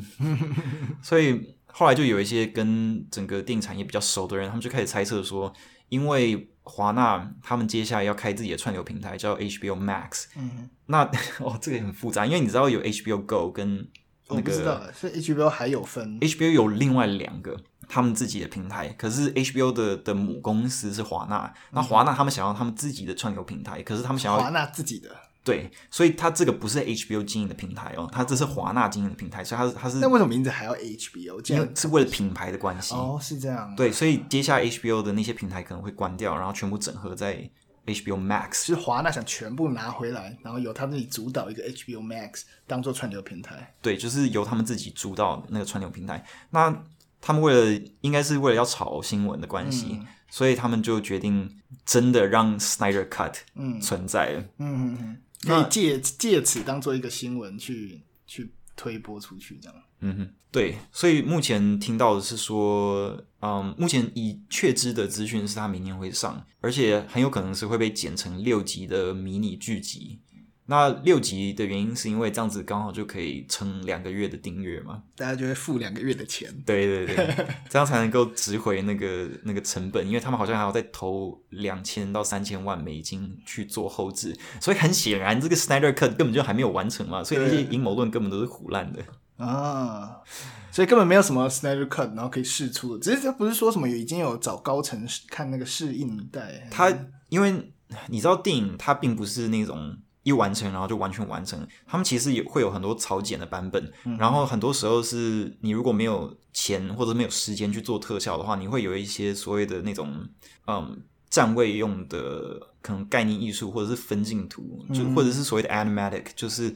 Speaker 1: 所以后来就有一些跟整个电影产业比较熟的人，他们就开始猜测说，因为华纳他们接下来要开自己的串流平台叫 HBO Max，
Speaker 2: 嗯哼，
Speaker 1: 那 哦这个也很复杂，因为你知道有 HBO Go 跟
Speaker 2: 哦我
Speaker 1: 那
Speaker 2: 不知道
Speaker 1: 个，
Speaker 2: 所以 HBO 还有分
Speaker 1: HBO 有另外两个他们自己的平台，可是 HBO 的的母公司是华纳，那华纳他们想要他们自己的串流平台，可是他们想要
Speaker 2: 嗯华纳自己的，
Speaker 1: 对，所以它这个不是 HBO 经营的平台哦，它这是华纳经营的平台，所以它是它是
Speaker 2: 那为什么名字还要 HBO？
Speaker 1: 嗯
Speaker 2: 这
Speaker 1: 因为
Speaker 2: 样
Speaker 1: 是为了品牌的关系
Speaker 2: 哦，是这样，，
Speaker 1: 对，所以接下来 HBO 的那些平台可能会关掉，然后全部整合在 HBO Max。
Speaker 2: 是华纳想全部拿回来，然后由他自己主导一个 HBO Max 当做串流平台。
Speaker 1: 对，就是由他们自己主导那个串流平台。那他们为了应该是为了要炒新闻的
Speaker 2: 嗯
Speaker 1: 关系，所以他们就决定真的让 Snyder Cut
Speaker 2: 嗯
Speaker 1: 存在了。
Speaker 2: 嗯嗯嗯，可
Speaker 1: 那
Speaker 2: 以借借此当做一个新闻去去推播出去，这样。
Speaker 1: 嗯哼，对，所以目前听到的是说，嗯，目前已确知的资讯是他明年会上，而且很有可能是会被剪成六集的迷你剧集。那六集的原因是因为这样子刚好就可以撑两个月的订阅嘛？
Speaker 2: 大家就会付两个月的钱，
Speaker 1: 对对对，这样才能够值回那个那个成本，因为他们好像还要再投两千到三千万美金去做后置，所以很显然这个 Snyder Cut 根本就还没有完成嘛，所以那些
Speaker 2: 对
Speaker 1: 阴谋论根本都是胡乱的。
Speaker 2: 啊，所以根本没有什么 Snyder Cut，然后可以试出的。只是他不是说什么有已经有找高层试看那个试映带，
Speaker 1: 它因为你知道电影它并不是那种一完成然后就完全完成，他们其实也会有很多草剪的版本，
Speaker 2: 嗯
Speaker 1: 然后很多时候是你如果没有钱或者没有时间去做特效的话，你会有一些所谓的那种嗯。站位用的可能概念艺术，或者是分镜图，就
Speaker 2: 嗯
Speaker 1: 或者是所谓的 animatic，就是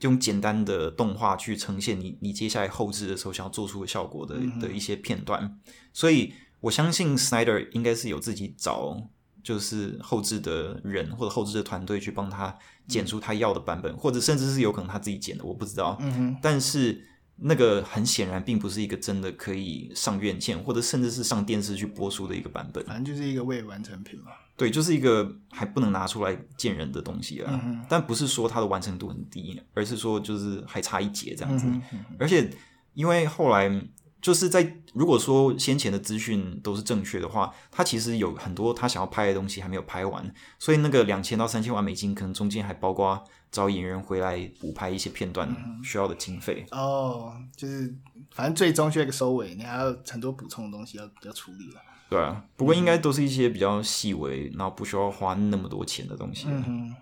Speaker 1: 用简单的动画去呈现你你接下来后置的时候想要做出的效果的
Speaker 2: 嗯哼
Speaker 1: 的一些片段。所以我相信 Snyder 应该是有自己找就是后置的人或者后置的团队去帮他剪出他要的版本，或者甚至是有可能他自己剪的，我不知道。
Speaker 2: 嗯哼，
Speaker 1: 但是那个很显然并不是一个真的可以上院线或者甚至是上电视去播出的一个版本。
Speaker 2: 反正就是一个未完成品嘛。
Speaker 1: 对，就是一个还不能拿出来见人的东西啊。
Speaker 2: 嗯哼
Speaker 1: 但不是说它的完成度很低，而是说就是还差一截这样子。
Speaker 2: 嗯哼
Speaker 1: 而且因为后来就是在如果说先前的资讯都是正确的话，他其实有很多他想要拍的东西还没有拍完，所以那个两千到三千万美金，可能中间还包括找演员回来补拍一些片段
Speaker 2: 嗯
Speaker 1: 需要的经费。
Speaker 2: 哦，就是反正最终需要一个收尾，你还有很多补充的东西要要处理了。
Speaker 1: 对啊，不过应
Speaker 2: 嗯
Speaker 1: 该都是一些比较细微，然后不需要花那么多钱的东西。
Speaker 2: 嗯哼，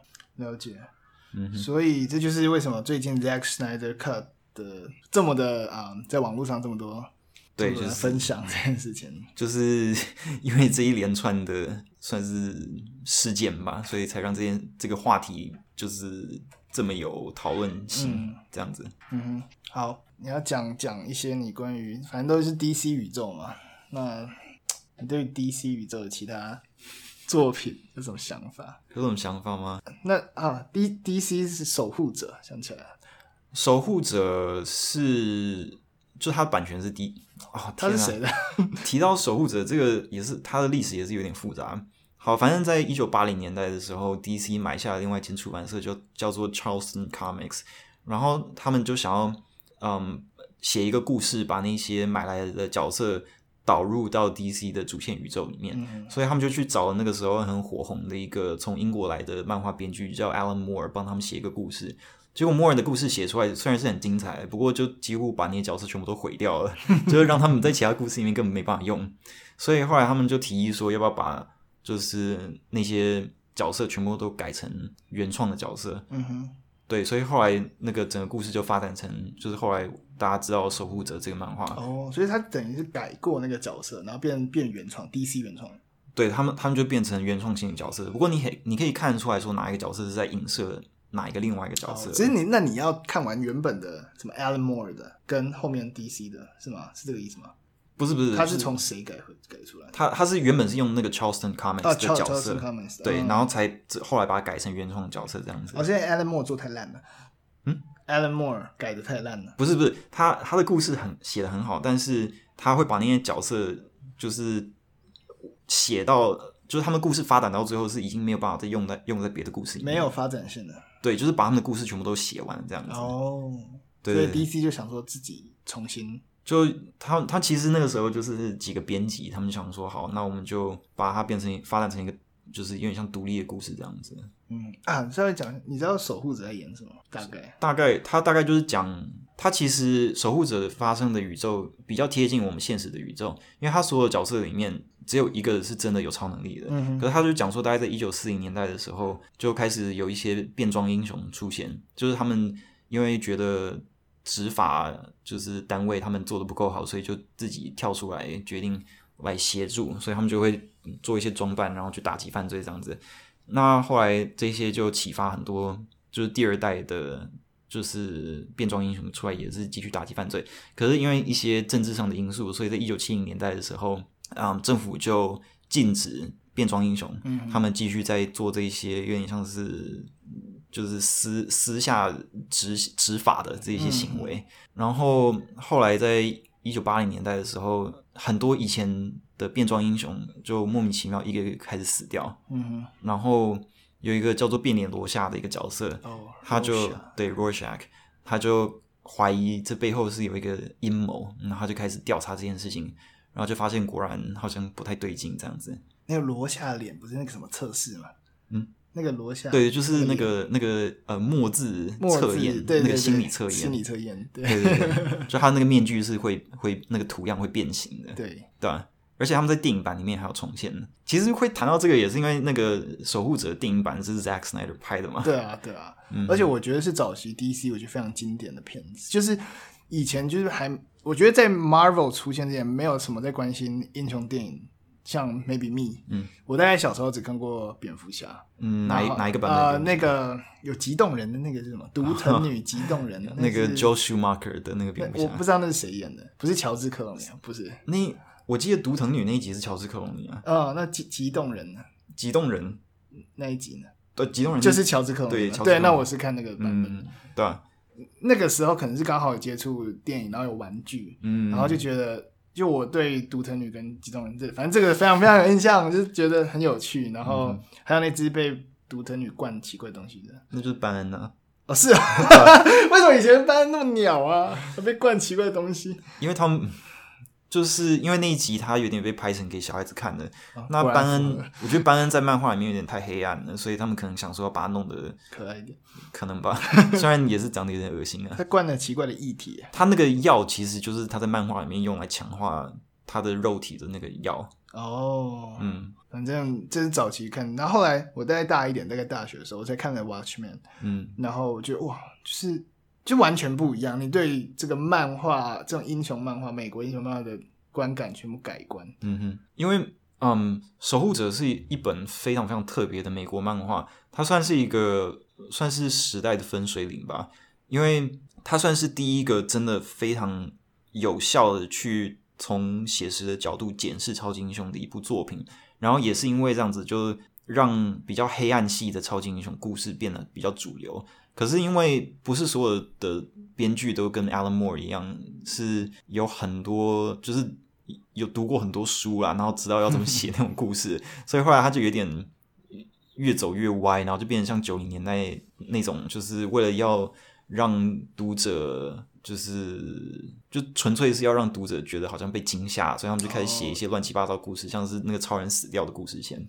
Speaker 2: 了解。
Speaker 1: 嗯哼
Speaker 2: 所以这就是为什么最近 Zack Snyder Cut 的这么的啊、在网络上这么多
Speaker 1: 对就
Speaker 2: 这么多人
Speaker 1: 是
Speaker 2: 分享这件事情。
Speaker 1: 就是 因为这一连串的算是事件吧，所以才让这件这个话题就是这么有讨论性，
Speaker 2: 嗯
Speaker 1: 这样子。
Speaker 2: 嗯哼，好，你要讲讲一些你关于反正都是 DC 宇宙嘛，那你对 DC 宇宙的其他作品有什么想法？
Speaker 1: 有什么想法吗？
Speaker 2: 那啊，D DC 是守护者，想起来了，
Speaker 1: 守护者是，就它版权是第哦，
Speaker 2: 他是谁
Speaker 1: 的？
Speaker 2: 的？
Speaker 1: 提到守护者这个也是它的历史也是有点复杂。好，反正在一九八零年代的时候，DC 买下了另外一间出版社就叫做 Charleston Comics，然后他们就想要嗯写一个故事，把那些买来的角色导入到 DC 的主线宇宙里面，
Speaker 2: 嗯
Speaker 1: 所以他们就去找了那个时候很火红的一个从英国来的漫画编剧叫 Alan Moore，帮他们写一个故事。结果莫尔的故事写出来虽然是很精彩，不过就几乎把那些角色全部都毁掉了，就是让他们在其他故事里面根本没办法用。所以后来他们就提议说，要不要把就是那些角色全部都改成原创的角色？
Speaker 2: 嗯哼，
Speaker 1: 对，所以后来那个整个故事就发展成，就是后来大家知道《守护者》这个漫画，
Speaker 2: 哦，所以他等于是改过那个角色，然后变变原创 DC 原创。
Speaker 1: 对他们，他们就变成原创型的角色。不过你很你可以看得出来说，哪一个角色是在影射哪一个另外一个角色。
Speaker 2: 哦，其实你那你要看完原本的什么 Alan Moore 的，跟后面 DC 的是吗？是这个意思吗？
Speaker 1: 不是不是，
Speaker 2: 他是从谁改回改出来的？
Speaker 1: 他他是原本是用那个 Charleston Comics 的
Speaker 2: 哦
Speaker 1: 角
Speaker 2: ，Charles
Speaker 1: 色，
Speaker 2: Cummings 的
Speaker 1: 对，
Speaker 2: 嗯
Speaker 1: 然后才后来把它改成原创的角色这样子。
Speaker 2: 哦，现在 Alan Moore 做太烂了。
Speaker 1: 嗯
Speaker 2: ，Alan Moore 改的太烂了。
Speaker 1: 不是不是，他他的故事很写的很好，但是他会把那些角色就是写到，就是他们故事发展到最后是已经没有办法再用在用在别的故事里面，
Speaker 2: 没有发展性的
Speaker 1: 对，就是把他们的故事全部都写完了这样子。
Speaker 2: 哦，
Speaker 1: 对
Speaker 2: 所以
Speaker 1: 对对
Speaker 2: DC 就想说自己重新
Speaker 1: 就他他其实那个时候就是几个编辑，他们想说好，那我们就把它变成发展成一个就是有点像独立的故事这样子。
Speaker 2: 嗯啊，稍微讲，你知道守护者在演什么？大概
Speaker 1: 大概他大概就是讲，他其实守护者发生的宇宙比较贴近我们现实的宇宙，因为他所有角色里面只有一个是真的有超能力的。
Speaker 2: 嗯哼
Speaker 1: 可是他就讲说，大概在一九四零年代的时候，就开始有一些变装英雄出现，就是他们因为觉得执法就是单位他们做的不够好，所以就自己跳出来决定来协助，所以他们就会做一些装扮，然后去打击犯罪这样子。那后来这些就启发很多，就是第二代的，就是变装英雄出来也是继续打击犯罪。可是因为一些政治上的因素，所以在一九七零年代的时候，嗯，政府就禁止变装英雄，
Speaker 2: 嗯
Speaker 1: 他们继续在做这一些有点像是就是私私下执执法的这一些行为。然后后来在一九八零年代的时候，很多以前的变装英雄就莫名其妙一个一个开始死掉。
Speaker 2: 嗯哼
Speaker 1: 然后有一个叫做变脸罗夏的一个角色，
Speaker 2: 哦，
Speaker 1: 他就
Speaker 2: Rorschach
Speaker 1: 对 Rorschach，他就怀疑这背后是有一个阴谋，然后他就开始调查这件事情，然后就发现果然好像不太对劲这样子。
Speaker 2: 那个罗夏脸不是那个什么测试吗？
Speaker 1: 嗯，
Speaker 2: 那个罗夏
Speaker 1: 对，就是那
Speaker 2: 脸
Speaker 1: 个那个呃墨字
Speaker 2: 啊墨
Speaker 1: 测
Speaker 2: 字
Speaker 1: 验，
Speaker 2: 对对
Speaker 1: 那个
Speaker 2: 对
Speaker 1: 心理测验，
Speaker 2: 心理测验，对
Speaker 1: 对对对，就他那个面具是会会那个图样会变形的，
Speaker 2: 对，
Speaker 1: 对吧、而且他们在电影版里面还有重现呢。其实会谈到这个，也是因为那个《守护者》电影版是 Zack Snyder 拍的嘛。
Speaker 2: 对啊，对啊，
Speaker 1: 嗯
Speaker 2: 而且我觉得是早期 DC 我觉得非常经典的片子，就是以前就是还我觉得在 Marvel 出现之前，没有什么在关心英雄电影，像 Maybe Me，
Speaker 1: 嗯，
Speaker 2: 我大概小时候只看过蝙蝠侠，
Speaker 1: 嗯，哪一
Speaker 2: 然后
Speaker 1: 哪一个版本？
Speaker 2: 呃，那个有极冻人的那个是什么？独藤 女极冻人，
Speaker 1: 那个
Speaker 2: 是
Speaker 1: Joe Schumacher 的那个蝙蝠
Speaker 2: 那我不
Speaker 1: 侠。
Speaker 2: 知道那是谁演的，不是乔治克隆尼啊，不是，
Speaker 1: 那我记得独藤女那一集是乔治克隆尼啊，
Speaker 2: 哦，那极极冻人呢？
Speaker 1: 极冻人，
Speaker 2: 那一集呢，
Speaker 1: 对，极冻人
Speaker 2: 就是乔治克隆尼
Speaker 1: 嗯对
Speaker 2: 嘛
Speaker 1: 乔治克
Speaker 2: 对，
Speaker 1: 隆
Speaker 2: 那
Speaker 1: 尼
Speaker 2: 我是看那个版本的。
Speaker 1: 嗯，对啊，
Speaker 2: 那个时候可能是刚好有接触电影，然后有玩具，
Speaker 1: 嗯，
Speaker 2: 然后就觉得，就我对独藤女跟机动人这，反正这个非常非常有印象，就是觉得很有趣。然后
Speaker 1: 嗯
Speaker 2: 还有那只被独藤女灌奇怪东西的，
Speaker 1: 那就是班恩啊，
Speaker 2: 哦，是啊，为什么以前班那么鸟啊，被灌奇怪的东西？
Speaker 1: 因为他们就是因为那一集他有点被拍成给小孩子看的，
Speaker 2: 啊
Speaker 1: 那
Speaker 2: 果然
Speaker 1: 班
Speaker 2: 符合
Speaker 1: 恩，我觉得班恩在漫画里面有点太黑暗了，所以他们可能想说要把它弄得
Speaker 2: 可爱一点，
Speaker 1: 可能吧， 虽然也是长得有点恶心啊。
Speaker 2: 他灌了奇怪的啊液体
Speaker 1: 他那个药其实就是他在漫画里面用来强化他的肉体的那个药，
Speaker 2: 哦，
Speaker 1: 嗯
Speaker 2: 反正这是早期看，然后后来我大概大一点，大概大学的时候，我才看了《Watchman》。
Speaker 1: 嗯，
Speaker 2: 然后我觉得哇，就是就完全不一样。你对这个漫画这种英雄漫画、美国英雄漫画的观感全部改观。
Speaker 1: 嗯哼，因为嗯，《守护者》是一本非常非常特别的美国漫画，它算是一个算是时代的分水岭吧，因为它算是第一个真的非常有效的去从写实的角度检视超级英雄的一部作品，然后也是因为这样子，就让比较黑暗系的超级英雄故事变得比较主流。可是因为不是所有的编剧都跟 Alan Moore 一样，是有很多就是有读过很多书啦，然后知道要怎么写那种故事，所以后来他就有点越走越歪，然后就变成像九零年代那种，就是为了要让读者就是就纯粹是要让读者觉得好像被惊吓，所以他们就开始写一些乱七八糟故事，像是那个超人死掉的故事线。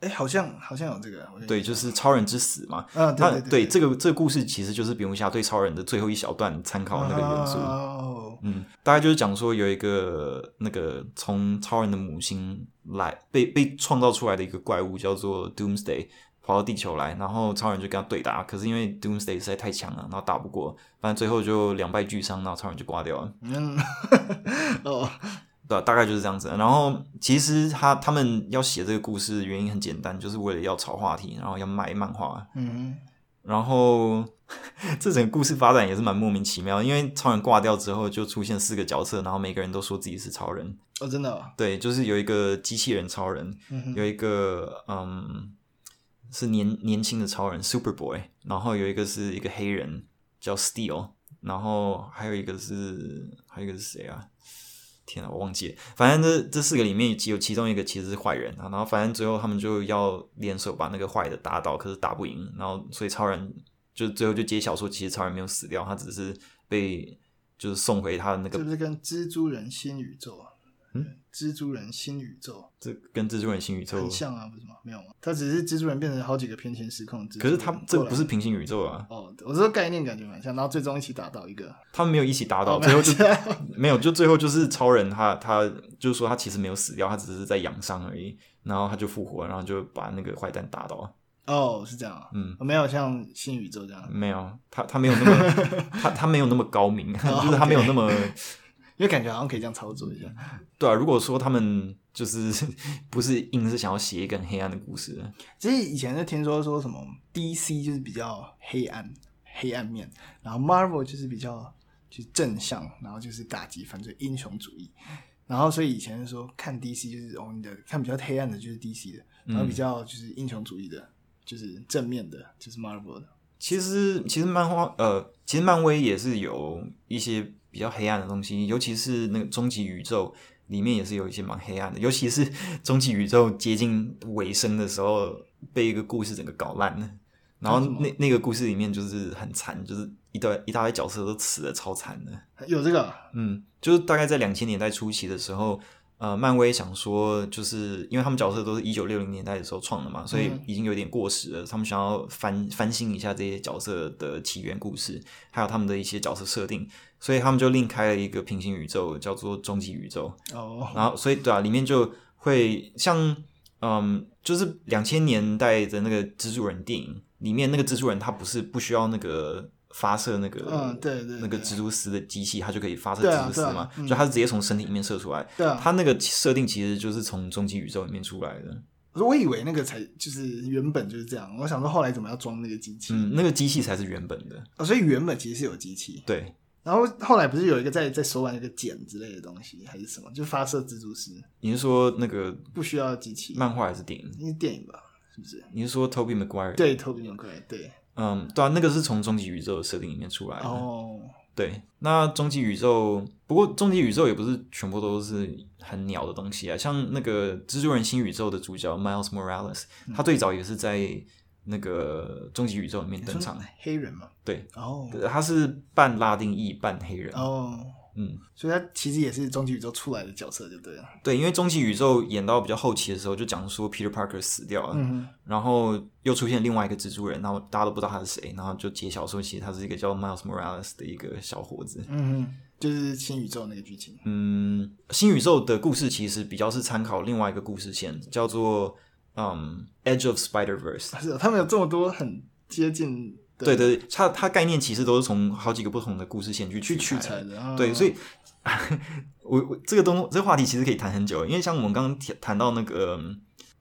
Speaker 2: 哎，好像好像有这个，我觉得
Speaker 1: 对，就是超人之死嘛。
Speaker 2: 啊，
Speaker 1: 那
Speaker 2: 对对
Speaker 1: 对这个这个故事其实就是蝙蝠侠对超人的最后一小段参考那个元素。
Speaker 2: 哦，
Speaker 1: 嗯，大概就是讲说有一个那个从超人的母星来被被创造出来的一个怪物叫做 Doomsday，跑到地球来，然后超人就跟他对打，可是因为 Doomsday 实在太强了，然后打不过，反正最后就两败俱伤，然后超人就挂掉了。
Speaker 2: 嗯， 哦，
Speaker 1: 对啊、大概就是这样子。然后其实他他们要写这个故事的原因很简单，就是为了要炒话题，然后要卖漫画。
Speaker 2: 嗯，
Speaker 1: 然后 这整个故事发展也是蛮莫名其妙，因为超人挂掉之后就出现四个角色，然后每个人都说自己是超人。
Speaker 2: 哦，真的哦，
Speaker 1: 对，就是有一个机器人超人，
Speaker 2: 嗯哼
Speaker 1: 有一个嗯是年年轻的超人 Super Boy，然后有一个是一个黑人叫 Steel，然后还有一个是还有一个是谁啊？天啊，我忘记了。反正这这四个里面只有其中一个其实是坏人啊，然后反正最后他们就要联手把那个坏的打倒，可是打不赢，然后所以超人就最后就揭晓说，其实超人没有死掉，他只是被就是送回他的那个
Speaker 2: 是不是跟蜘蛛人新宇宙啊？
Speaker 1: 嗯，
Speaker 2: 蜘蛛人新宇宙
Speaker 1: 这跟蜘蛛人新宇宙
Speaker 2: 很像啊，不是吗？没有吗？他只是蜘蛛人变成好几个平行时空的蜘蛛
Speaker 1: 可
Speaker 2: 人。
Speaker 1: 是他这个不是
Speaker 2: 后
Speaker 1: 平行宇宙啊，
Speaker 2: 来哦，我说概念感觉蛮像，然后最终一起打到一个
Speaker 1: 他们没有一起打倒，
Speaker 2: 哦
Speaker 1: 最后就
Speaker 2: 没有
Speaker 1: 没有，就最后就是超人他他就是说他其实没有死掉，他只是在养伤而已，然后他就复活，然后就把那个坏蛋打倒。
Speaker 2: 哦，是这样啊，
Speaker 1: 嗯，
Speaker 2: 哦没有像新宇宙这样，
Speaker 1: 没有，他他没有那 么他他没有那么高明，
Speaker 2: 哦
Speaker 1: 就是他没有那么
Speaker 2: 因为感觉好像可以这样操作一下。
Speaker 1: 对啊。如果说他们就是 不是硬是想要写一个很黑暗的故事，
Speaker 2: 其实以前是听说说什么 DC 就是比较黑暗黑暗面，然后 Marvel 就是比较就是正向，然后就是打击犯罪英雄主义。然后所以以前是说看 DC 就是哦你的看比较黑暗的就是 DC 的，然后
Speaker 1: 嗯
Speaker 2: 比较就是英雄主义的，就是正面的，就是 Marvel 的。
Speaker 1: 其实，其实漫画，呃，其实漫威也是有一些比较黑暗的东西，尤其是那个终极宇宙里面也是有一些蛮黑暗的，尤其是终极宇宙接近尾声的时候，被一个故事整个搞烂了。然后
Speaker 2: 为什么
Speaker 1: 那那个故事里面就是很惨，就是一堆一大堆角色都死的超惨的。
Speaker 2: 有这个啊
Speaker 1: 嗯，就是大概在两千年代初期的时候，呃，漫威想说，就是因为他们角色都是一九六零年代的时候创的嘛，所以
Speaker 2: 嗯
Speaker 1: 已经有点过时了。他们想要翻翻新一下这些角色的起源故事，还有他们的一些角色设定，所以他们就另开了一个平行宇宙，叫做终极宇宙。
Speaker 2: 哦，
Speaker 1: 然后，所以对啊，里面就会像，嗯，就是两千年代的那个蜘蛛人电影里面，那个蜘蛛人他不是不需要那个发射那个，
Speaker 2: 嗯对对对
Speaker 1: 那个蜘蛛丝的机器，它就可以发射
Speaker 2: 对啊
Speaker 1: 蜘蛛丝
Speaker 2: 对啊
Speaker 1: 嘛，
Speaker 2: 嗯
Speaker 1: 就它是直接从身体里面射出来。
Speaker 2: 对啊，
Speaker 1: 它那个设定其实就是从终极宇宙里面出来的，
Speaker 2: 我说我以为那个才就是原本就是这样，我想说后来怎么要装那个机器、
Speaker 1: 嗯，那个机器才是原本的，
Speaker 2: 哦，所以原本其实是有机器，
Speaker 1: 对，
Speaker 2: 然后后来不是有一个在在手腕有一个茧之类的东西，还是什么，就发射蜘蛛丝，
Speaker 1: 你是说那个
Speaker 2: 不需要机器，
Speaker 1: 漫画还是电影？
Speaker 2: 因为电影吧，是不是？
Speaker 1: 你是说 Toby Maguire？，
Speaker 2: 对，透明人怪，对，
Speaker 1: 嗯，对啊，那个是从终极宇宙的设定里面出来的。
Speaker 2: 哦，
Speaker 1: 对，那终极宇宙，不过终极宇宙也不是全部都是很鸟的东西啊，像那个蜘蛛人新宇宙的主角 Miles Morales，他
Speaker 2: 嗯
Speaker 1: 最早也是在那个终极宇宙里面
Speaker 2: 你
Speaker 1: 登
Speaker 2: 说
Speaker 1: 场，
Speaker 2: 黑人嘛，
Speaker 1: 对，啊
Speaker 2: 哦
Speaker 1: 他是半拉丁裔半黑人，
Speaker 2: 哦，
Speaker 1: 嗯，
Speaker 2: 所以他其实也是终极宇宙出来的角色，就对了，
Speaker 1: 对，因为终极宇宙演到比较后期的时候，就讲说 Peter Parker 死掉了，
Speaker 2: 嗯
Speaker 1: 然后又出现另外一个蜘蛛人，然后大家都不知道他是谁，然后就揭晓说其实他是一个叫 Miles Morales 的一个小伙子，
Speaker 2: 嗯哼，就是新宇宙那个剧情，
Speaker 1: 嗯，新宇宙的故事其实比较是参考另外一个故事线，叫做嗯《Edge of Spider Verse》。
Speaker 2: 是哦他们有这么多很接近的
Speaker 1: 对对对，它它概念其实都是从好几个不同的故事线去
Speaker 2: 去取
Speaker 1: 取
Speaker 2: 材
Speaker 1: 材
Speaker 2: 的，啊
Speaker 1: 哎对，所以我我这个东这个话题其实可以谈很久，因为像我们刚刚谈谈到那个嗯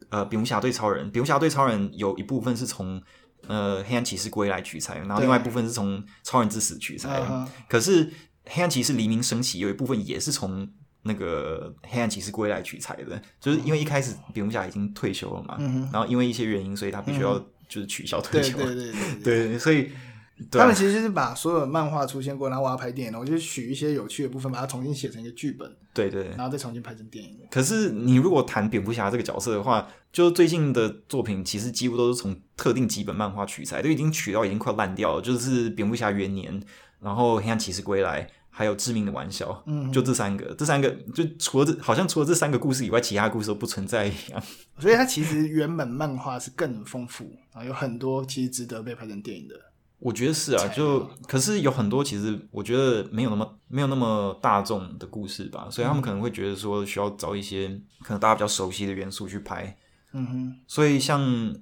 Speaker 1: 呃蝙蝠侠对超人，蝙蝠侠对超人有一部分是从呃黑暗骑士归来取材，然后
Speaker 2: 对
Speaker 1: 另外一部分是从超人之死取材。
Speaker 2: 啊哈
Speaker 1: 可是黑暗骑士黎明升起有一部分也是从那个黑暗骑士归来取材的，就是因为一开始蝙蝠侠已经退休了嘛，
Speaker 2: 嗯哼嗯
Speaker 1: 然后因为一些原因，所以他必须要就是取消退
Speaker 2: 对
Speaker 1: 休。
Speaker 2: 对对对
Speaker 1: 对，所以对啊
Speaker 2: 他们其实就是把所有的漫画出现过，然后我要拍电影，我就取一些有趣的部分，把它重新写成一个剧本，
Speaker 1: 对对。对
Speaker 2: 然后再重新拍成电影。
Speaker 1: 可是你如果谈蝙蝠侠这个角色的话，就最近的作品其实几乎都是从特定几本漫画取材，都已经取到已经快烂掉了，就是蝙蝠侠元年，然后黑暗骑士归来，还有致命的玩笑。
Speaker 2: 嗯，
Speaker 1: 就这三个，这三个就除了这，好像除了这三个故事以外，其他故事都不存在一样。
Speaker 2: 所以它其实原本漫画是更丰富，然后有很多其实值得被拍成电影的。
Speaker 1: 我觉得是啊，
Speaker 2: 才
Speaker 1: 就
Speaker 2: 好
Speaker 1: 可是有很多其实我觉得没有那么没有那么大众的故事吧，所以他们可能会觉得说需要找一些可能大家比较熟悉的元素去拍。
Speaker 2: 嗯哼，
Speaker 1: 所以像嗯，《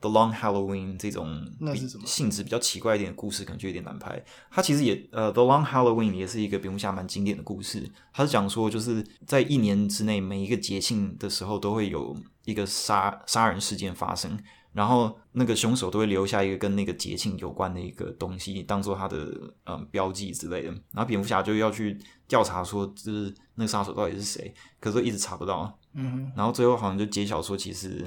Speaker 1: The Long Halloween》这种
Speaker 2: 那是
Speaker 1: 比
Speaker 2: 什么
Speaker 1: 性质比较奇怪一点的故事，可能就有点难拍。它其实也呃，《The Long Halloween》也是一个蝙蝠侠蛮经典的故事。它是讲说，就是在一年之内，每一个节庆的时候，都会有一个杀杀人事件发生，然后那个凶手都会留下一个跟那个节庆有关的一个东西，当做他的嗯标记之类的。然后蝙蝠侠就要去调查说，就是那个杀手到底是谁，可是一直查不到。啊
Speaker 2: 嗯哼，
Speaker 1: 然后最后好像就揭晓说，其实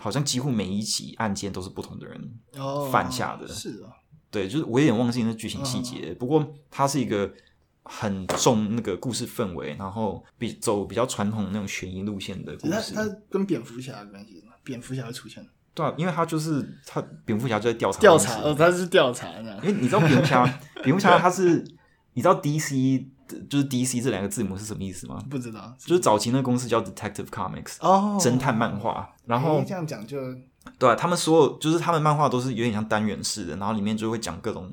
Speaker 1: 好像几乎每一起案件都是不同的人
Speaker 2: 哦，
Speaker 1: 犯下的。
Speaker 2: 是哦，
Speaker 1: 对，就是啊我有点忘记那剧情细节，
Speaker 2: 嗯
Speaker 1: 不过它是一个很重那个故事氛围，然后比走比较传统的那种悬疑路线的故
Speaker 2: 只是啊
Speaker 1: 事
Speaker 2: 它。它跟蝙蝠侠有关系吗？蝙蝠侠会出现
Speaker 1: 对、啊，因为他就是他蝙蝠侠就在调查
Speaker 2: 调
Speaker 1: 当
Speaker 2: 查
Speaker 1: 时
Speaker 2: 哦，他是调查这样
Speaker 1: 因。为你知道蝙蝠侠，蝙蝠侠他是你知道 DC 的就是 DC 这两个字母是什么意思吗？
Speaker 2: 不知道，
Speaker 1: 就是早期那个公司叫 Detective Comics，、
Speaker 2: 哦，
Speaker 1: 侦探漫画，哦然后
Speaker 2: 诶这样讲就
Speaker 1: 对、啊，他们所有就是他们漫画都是有点像单元式的，然后里面就会讲各种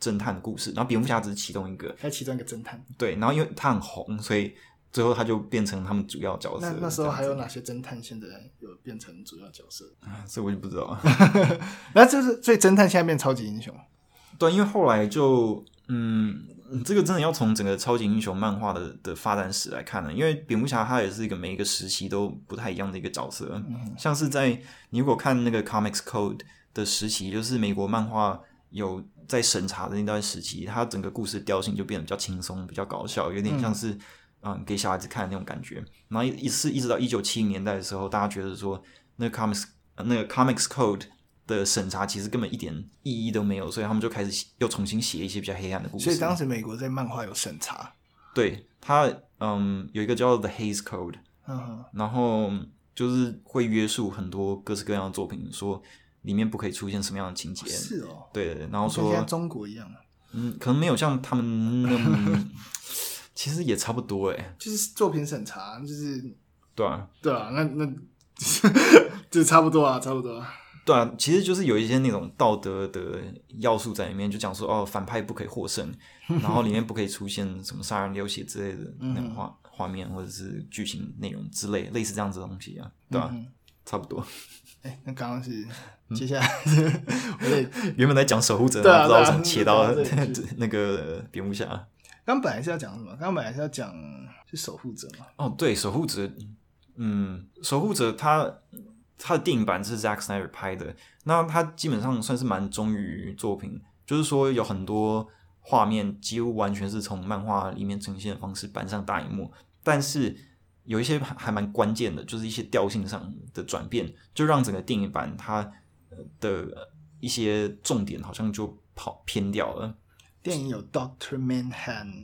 Speaker 1: 侦探的故事，然后蝙蝠侠只是其中一个，
Speaker 2: 他其中一个侦探。
Speaker 1: 对，然后因为他很红，所以最后他就变成他们主要角色。
Speaker 2: 那那时候还有
Speaker 1: 哦这样
Speaker 2: 哪些侦探现在有变成主要角色？
Speaker 1: 子？这我就不知道 了。
Speaker 2: 那就是所以侦探现在变超级英雄，
Speaker 1: 对，因为后来就嗯，这个真的要从整个超级英雄漫画的的发展史来看了，因为蝙蝠侠他也是一个每一个时期都不太一样的一个角色，像是在你如果看那个 Comics Code 的时期，就是美国漫画有在审查的那段时期，它整个故事调性就变得比较轻松、比较搞笑，有点像是嗯给小孩子看的那种感觉。然后一是一直到一九七零年代的时候，大家觉得说那个 Comics 呃那个 Comics Code。的审查其实根本一点意义都没有，所以他们就开始又重新写一些比较黑暗的故事。
Speaker 2: 所以当时美国在漫画有审查。
Speaker 1: 对他，嗯，有一个叫 The Hays Code，
Speaker 2: 嗯哼，
Speaker 1: 然后就是会约束很多各式各样的作品，说里面不可以出现什么样的情节。
Speaker 2: 是哦，
Speaker 1: 对，然后
Speaker 2: 跟现在
Speaker 1: 说，
Speaker 2: 中国一样，啊
Speaker 1: 嗯，可能没有像他们那 么，其实也差不多诶，
Speaker 2: 就是作品审查，就是
Speaker 1: 对啊，
Speaker 2: 对啊，那那就差不多啊，差不多啊。
Speaker 1: 对啊，其实就是有一些那种道德的要素在里面，就讲说哦，反派不可以获胜，然后里面不可以出现什么杀人流血之类的
Speaker 2: 嗯
Speaker 1: 那种画画面或者是剧情内容之类，类似这样子的东西啊，对啊，
Speaker 2: 嗯
Speaker 1: 差不多。
Speaker 2: 哎、那刚刚是接下来 是，我得
Speaker 1: 原本在讲守护者，
Speaker 2: 对啊
Speaker 1: 然后不知道为什
Speaker 2: 对啊
Speaker 1: 么切到
Speaker 2: 对啊对
Speaker 1: 那个蝙蝠侠。
Speaker 2: 刚本来是要讲什么？刚本来是要讲是守护者嘛？
Speaker 1: 哦，对，守护者，嗯，守护者他他的电影版是 Zack Snyder 拍的，那他基本上算是蛮忠于作品，就是说有很多画面几乎完全是从漫画里面呈现的方式搬上大荧幕，但是有一些还还蛮关键的，就是一些调性上的转变，就让整个电影版它呃的一些重点好像就跑偏掉了。
Speaker 2: 电影有 Doctor Manhattan，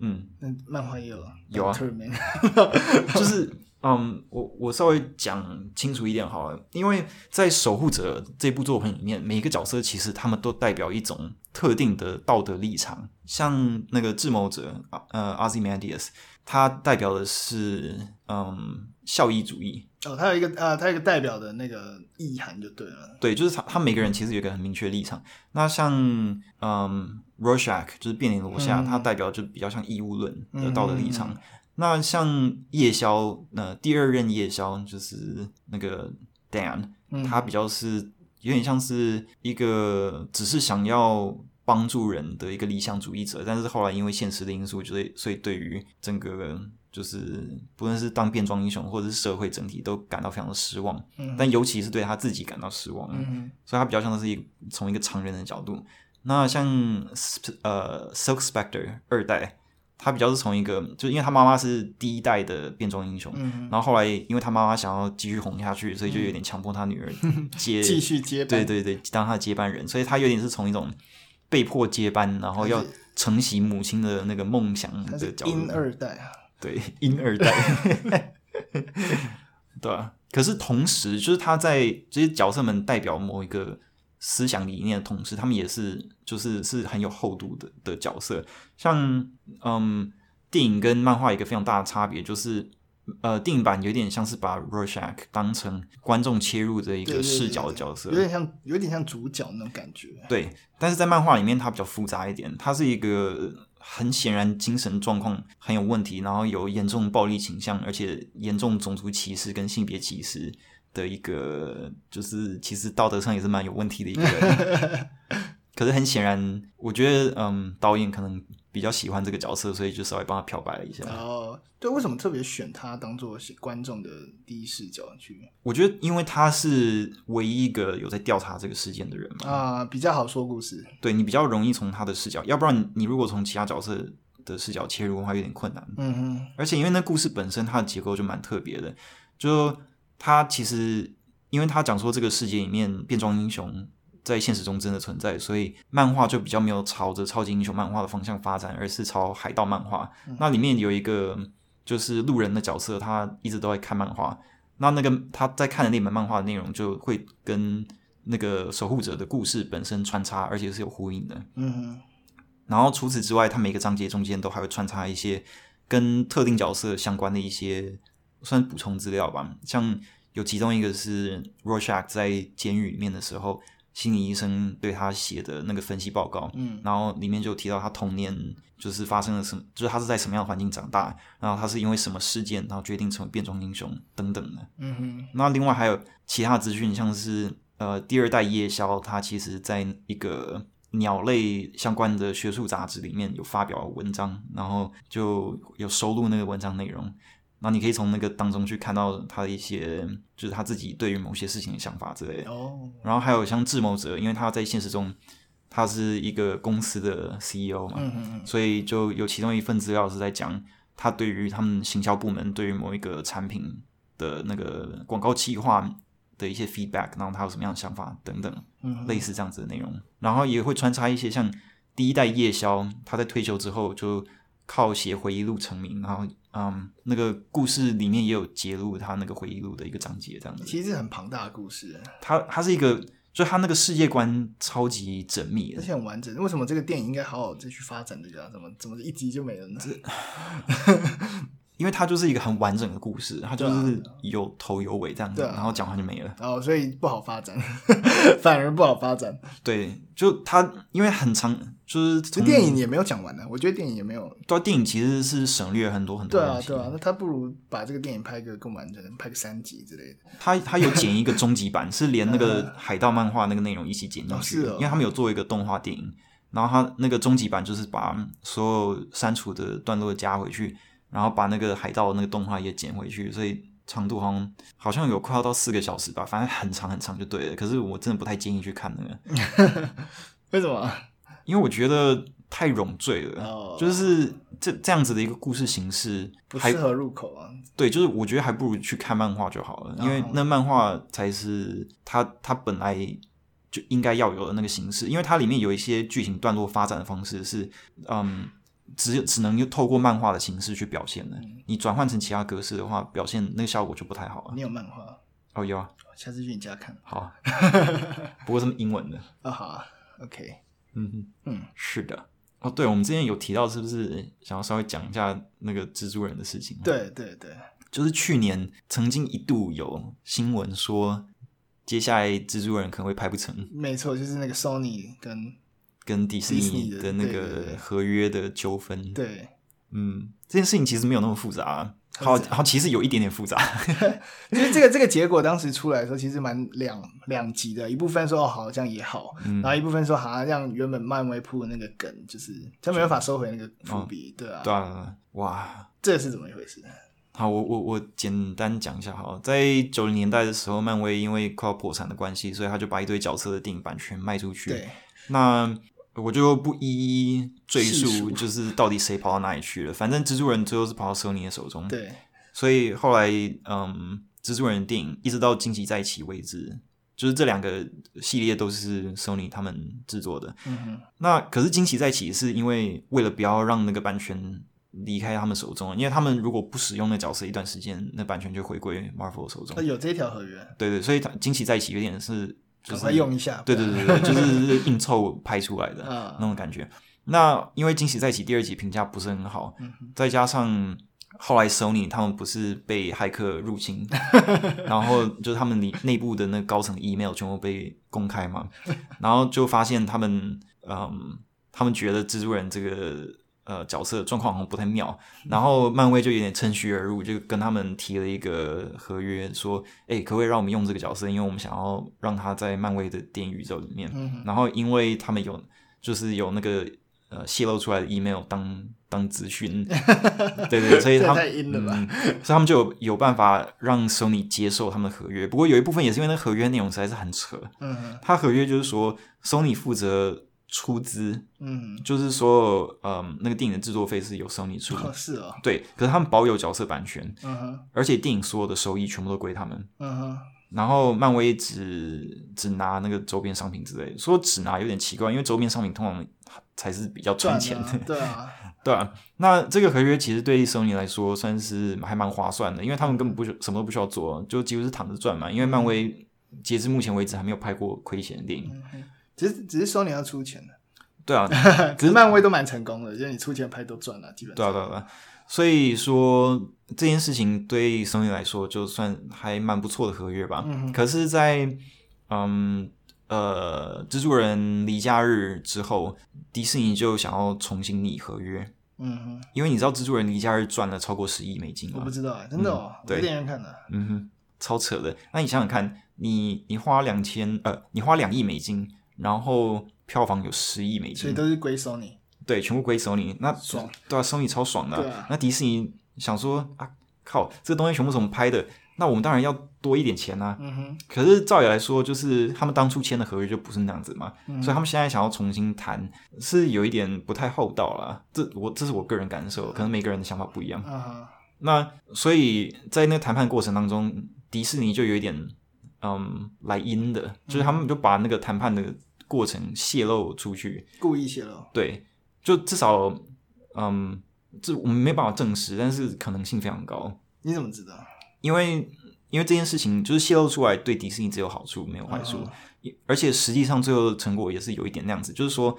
Speaker 1: 嗯，
Speaker 2: 那漫画也有
Speaker 1: 有啊
Speaker 2: Doctor Manhattan，
Speaker 1: 就是嗯，我我稍微讲清楚一点好了，因为在《守护者》这部作品里面，每一个角色其实他们都代表一种特定的道德立场，像那个智谋者啊呃 a r z i m a d i u s 他代表的是嗯效益主义，
Speaker 2: 哦，它有一个啊，它有一个代表的那个意涵就对了。
Speaker 1: 对，就是他他每个人其实有一个很明确的立场。那像嗯 Rorschach 就是变脸罗夏，
Speaker 2: 嗯
Speaker 1: 他代表就比较像义务论的道德立场。
Speaker 2: 嗯嗯
Speaker 1: 那像夜宵，呃，第二任夜宵就是那个 Dan，、
Speaker 2: 嗯
Speaker 1: 他比较是有点像是一个只是想要帮助人的一个理想主义者，但是后来因为现实的因素，就是所以对于整个就是不论是当变装英雄或者是社会整体都感到非常的失望。
Speaker 2: 嗯，
Speaker 1: 但尤其是对他自己感到失望，
Speaker 2: 嗯哼，
Speaker 1: 所以他比较像是一个从一个常人的角度。那像 Sp- 呃 Silk Spectre 二代，他比较是从一个，就是因为他妈妈是第一代的变装英雄，
Speaker 2: 嗯，
Speaker 1: 然后后来因为他妈妈想要继续红下去，所以就有点强迫他女 儿接
Speaker 2: 继续接班
Speaker 1: 对对对，当他的接班人，所以他有点是从一种被迫接班，然后要
Speaker 2: 他是
Speaker 1: 承袭母亲的那个梦想
Speaker 2: 他
Speaker 1: 的
Speaker 2: 是
Speaker 1: 角度。
Speaker 2: 英二代啊，
Speaker 1: 对， 婴二代， 对啊。可是同时，就是他在这些角色们代表某一个思想理念的同时，他们也是就是是很有厚度的的角色。像嗯，电影跟漫画有一个非常大的差别就是。呃，电影版有点像是把 Rorschach 当成观众切入的一
Speaker 2: 对
Speaker 1: 个
Speaker 2: 对对
Speaker 1: 视角的
Speaker 2: 对
Speaker 1: 角色，
Speaker 2: 有点像有点像主角那种感觉。
Speaker 1: 对，但是在漫画里面它比较复杂一点，它是一个很显然精神状况很有问题，然后有严重暴力倾向，而且严重种族歧视跟性别歧视的一个，就是其实道德上也是蛮有问题的一个人。 可是很显然，我觉得嗯，导演可能比较喜欢这个角色，所以就稍微帮他漂白了一下。
Speaker 2: 然后，对，为什么特别选他当做观众的第一视角去
Speaker 1: 我觉得，因为他是唯一一个有在调查这个事件的人嘛，
Speaker 2: 啊？比较好说故事，
Speaker 1: 对你比较容易从他的视角，要不然你你如果从其他角色的视角切入的话，有点困难。
Speaker 2: 嗯哼，
Speaker 1: 而且因为那故事本身它的结构就蛮特别的，就它其实因为它讲说这个世界里面变装英雄在现实中真的存在，所以漫画就比较没有朝着超级英雄漫画的方向发展，而是朝海盗漫画。那里面有一个就是路人的角色，他一直都在看漫画。那那个他在看的那本漫画的内容就会跟那个守护者的故事本身穿插，而且是有呼应的。
Speaker 2: 嗯哼，
Speaker 1: 然后除此之外，它每个章节中间都还会穿插一些跟特定角色相关的一些算是补充资料吧。像有其中一个是 Rorschach 在监狱里面的时候，心理医生对他写的那个分析报告，
Speaker 2: 嗯
Speaker 1: 然后里面就有提到他童年就是发生了什么，就是他是在什么样的环境长大，然后他是因为什么事件，然后决定成为变装英雄等等的。
Speaker 2: 嗯哼，
Speaker 1: 那另外还有其他资讯，像是呃第二代夜宵，它其实在一个鸟类相关的学术杂志里面有发表文章，然后就有收录那个文章内容。那你可以从那个当中去看到他的一些，就是他自己对于某些事情的想法之类的。
Speaker 2: 哦，
Speaker 1: 然后还有像智谋者，因为他在现实中他是一个公司的 CEO 嘛，
Speaker 2: 嗯哼嗯
Speaker 1: 所以就有其中一份资料是在讲他对于他们行销部门对于某一个产品的那个广告计划的一些 feedback，然后他有什么样的想法等等，
Speaker 2: 嗯哼，
Speaker 1: 类似这样子的内容。然后也会穿插一些像第一代夜宵，他在退休之后就靠写回忆录成名，然后嗯，那个故事里面也有揭露他那个回忆录的一个章节，这样子。
Speaker 2: 其实是很庞大的故事，
Speaker 1: 他他是一个，就他那个世界观超级缜密
Speaker 2: 而
Speaker 1: 的，
Speaker 2: 且很完整。为什么这个电影应该好好再去发展这个、啊？怎么怎么一集就没了呢？
Speaker 1: 因为它就是一个很完整的故事，它就
Speaker 2: 对啊
Speaker 1: 是有头有尾这样子，
Speaker 2: 对啊
Speaker 1: 然后讲完就没了。
Speaker 2: 哦，所以不好发展， 反而不好发展。
Speaker 1: 嗯对，就它因为很长，就是
Speaker 2: 这
Speaker 1: 从
Speaker 2: 电影也没有讲完呢、我觉得电影也没有。
Speaker 1: 到电影其实是省略很多很多
Speaker 2: 对啊
Speaker 1: 东，西。
Speaker 2: 对啊，那他不如把这个电影拍个更完整的，拍个三集之类的。
Speaker 1: 它它有剪一个终极版，是连那个 海盗漫画那个内容一起剪进
Speaker 2: 哦
Speaker 1: 去的，
Speaker 2: 是哦
Speaker 1: 因为他们有做一个动画电影，然后它那个终极版就是把所有删除的段落加回去，然后把那个海盗的那个动画也剪回去，所以。长度好像好像有快要到四个小时吧，反正很长很长就对了。可是我真的不太建议去看那个，
Speaker 2: 为 什么？
Speaker 1: 因为我觉得太冗赘了，
Speaker 2: 哦
Speaker 1: 就是这这样子的一个故事形式，
Speaker 2: 不
Speaker 1: 还
Speaker 2: 适合入口啊。
Speaker 1: 对，就是我觉得还不如去看漫画就好了，因为
Speaker 2: 哦
Speaker 1: 那漫画才是它它本来就应该要有的那个形式，因为它里面有一些剧情段落发展的方式是，嗯，只只能用透过漫画的形式去表现的，你转换成其他格式的话，表现那个效果就不太好了
Speaker 2: 嗯你。有漫画，
Speaker 1: 哦，有啊，
Speaker 2: 下次去你家看。
Speaker 1: 好啊，不过是英文的，
Speaker 2: 啊好啊，OK，
Speaker 1: 嗯哼。
Speaker 2: 嗯，
Speaker 1: 是的。哦，对，我们之前有提到，是不是想要稍微讲一下那个蜘蛛人的事情？，啊
Speaker 2: 对对对，
Speaker 1: 就是去年曾经一度有新闻说，接下来蜘蛛人可能会拍不成，
Speaker 2: 没错，就是那个 Sony 跟
Speaker 1: 跟迪士
Speaker 2: 迪士尼
Speaker 1: 尼
Speaker 2: 的
Speaker 1: 的那
Speaker 2: 对对对
Speaker 1: 个合约的纠纷。，
Speaker 2: 对，
Speaker 1: 嗯，这件事情其实没有那么复杂啊，
Speaker 2: 很
Speaker 1: 好
Speaker 2: 复杂
Speaker 1: 好，其实有一点点复杂。
Speaker 2: 就是这个这个结果当时出来的时候，其实蛮两两极的，一部分说哦好这样也好，
Speaker 1: 嗯
Speaker 2: 然后一部分说好像让原本漫威铺的那个梗，就是他没办法收回那个伏笔，对啊，
Speaker 1: 对啊，哇，
Speaker 2: 这是怎么一回事？
Speaker 1: 好，我我我简单讲一下好了，在九零年代的时候，漫威因为快要破产的关系，所以他就把一堆角色的电影版权卖出去。
Speaker 2: 对，
Speaker 1: 那我就不一一赘
Speaker 2: 细
Speaker 1: 述，
Speaker 2: 数
Speaker 1: 就是到底谁跑到哪里去了。反正蜘蛛人最后是跑到 Sony 的手中，
Speaker 2: 对，
Speaker 1: 所以后来嗯，蜘蛛人的电影一直到惊奇在一起为止，就是这两个系列都是 Sony 他们制作的。
Speaker 2: 嗯哼，
Speaker 1: 那可是惊奇在一起是因为为了不要让那个版权离开他们手中，因为他们如果不使用那角色一段时间，那版权就回归 Marvel 手中
Speaker 2: 那。哦有这条合约，啊
Speaker 1: 对对，所以他惊奇在一起有点是就
Speaker 2: 赶
Speaker 1: 是
Speaker 2: 快用一下。
Speaker 1: 对对对对，就是硬凑拍出来的
Speaker 2: 嗯
Speaker 1: 那种感觉。那因为《惊喜在一起》第二集评价不是很好，
Speaker 2: 嗯哼
Speaker 1: 再加上后来 Sony 他们不是被骇客入 侵，然后就是他们里内部的那个高层 email 全部被公开 嘛，然后就发现他们，嗯，他们觉得蜘蛛人这个呃角色状况好像不太 妙，然后漫威就有点趁虚而入，就跟他们提了一个合约，说，哎、可不可以让我们用这个角色？因为我们想要让他在漫威的电影宇宙里面，
Speaker 2: 嗯哼，
Speaker 1: 然后因为他们有就是有那个呃泄露出来的 email 当当资 讯，对对，所以
Speaker 2: 这
Speaker 1: 他们
Speaker 2: 太阴了吧
Speaker 1: 嗯所以他们就有有办法让 Sony 接受他们的合约。不过有一部分也是因为那合约内容实在是很扯，
Speaker 2: 嗯哼，
Speaker 1: 他合约就是说 Sony 负责出资，
Speaker 2: 嗯哼，
Speaker 1: 就是说嗯那个电影的制作费是由 Sony 出，
Speaker 2: 哦是哦，
Speaker 1: 对，可是他们保有角色版权，
Speaker 2: 嗯哼，
Speaker 1: 而且电影所有的收益全部都归他们。
Speaker 2: 嗯哼，
Speaker 1: 然后漫威只只拿那个周边商品之类的，说只拿有点奇怪，因为周边商品通常才是比较
Speaker 2: 赚
Speaker 1: 赚
Speaker 2: 啊
Speaker 1: 钱的，
Speaker 2: 对啊，
Speaker 1: 对啊，那这个合约其实对 Sony 来说算是还蛮划算的，因为他们根本不需什么都不需要做，就几乎是躺着赚嘛。因为漫威截至目前为止还没有拍过亏钱的电影，
Speaker 2: 嗯哼，只是只是说你要出钱的，
Speaker 1: 对 啊，
Speaker 2: 可是漫威都蛮成功的，就是你出钱拍都赚了，基本
Speaker 1: 对啊，
Speaker 2: 上。
Speaker 1: 对啊，对啊。所以说这件事情对 Sony 来说就算还蛮不错的合约吧。
Speaker 2: 嗯哼
Speaker 1: 啊可是在，嗯呃，蜘蛛人离家日之后，迪士尼就想要重新拟合约，
Speaker 2: 嗯哼，
Speaker 1: 因为你知道蜘蛛人离家日赚了超过十亿美金
Speaker 2: 我不
Speaker 1: 嘛，
Speaker 2: 知道啊，真的哦，我
Speaker 1: 对
Speaker 2: 在电影院看的，
Speaker 1: 嗯哼，超扯的。那你想想看，你你花两千呃，你花两亿美金，然后票房有十亿美金，
Speaker 2: 所以都是归收你。
Speaker 1: 对，全部归 Sony，那
Speaker 2: 爽，
Speaker 1: 对啊，Sony 超爽的啊、
Speaker 2: 对啊
Speaker 1: 那迪士尼想说啊，靠，这个东西全部怎么拍的？那我们当然要多一点钱啊。
Speaker 2: 嗯哼，
Speaker 1: 可是照理来说，就是他们当初签的合约就不是那样子嘛，
Speaker 2: 嗯
Speaker 1: 所以他们现在想要重新谈，是有一点不太厚道啦。这我这是我个人感受，可能每个人的想法不一样。
Speaker 2: 嗯哼，
Speaker 1: 那所以在那个谈判过程当中，迪士尼就有一点嗯来阴的，就是他们就把那个谈判的过程泄露出去，
Speaker 2: 故意泄露。
Speaker 1: 对，就至少，嗯，这我们没办法证实，但是可能性非常高，
Speaker 2: 你怎么知道？
Speaker 1: 因为因为这件事情就是泄露出来，对迪士尼只有好处没有坏处，
Speaker 2: 嗯
Speaker 1: 而且实际上最后的成果也是有一点那样子，就是说。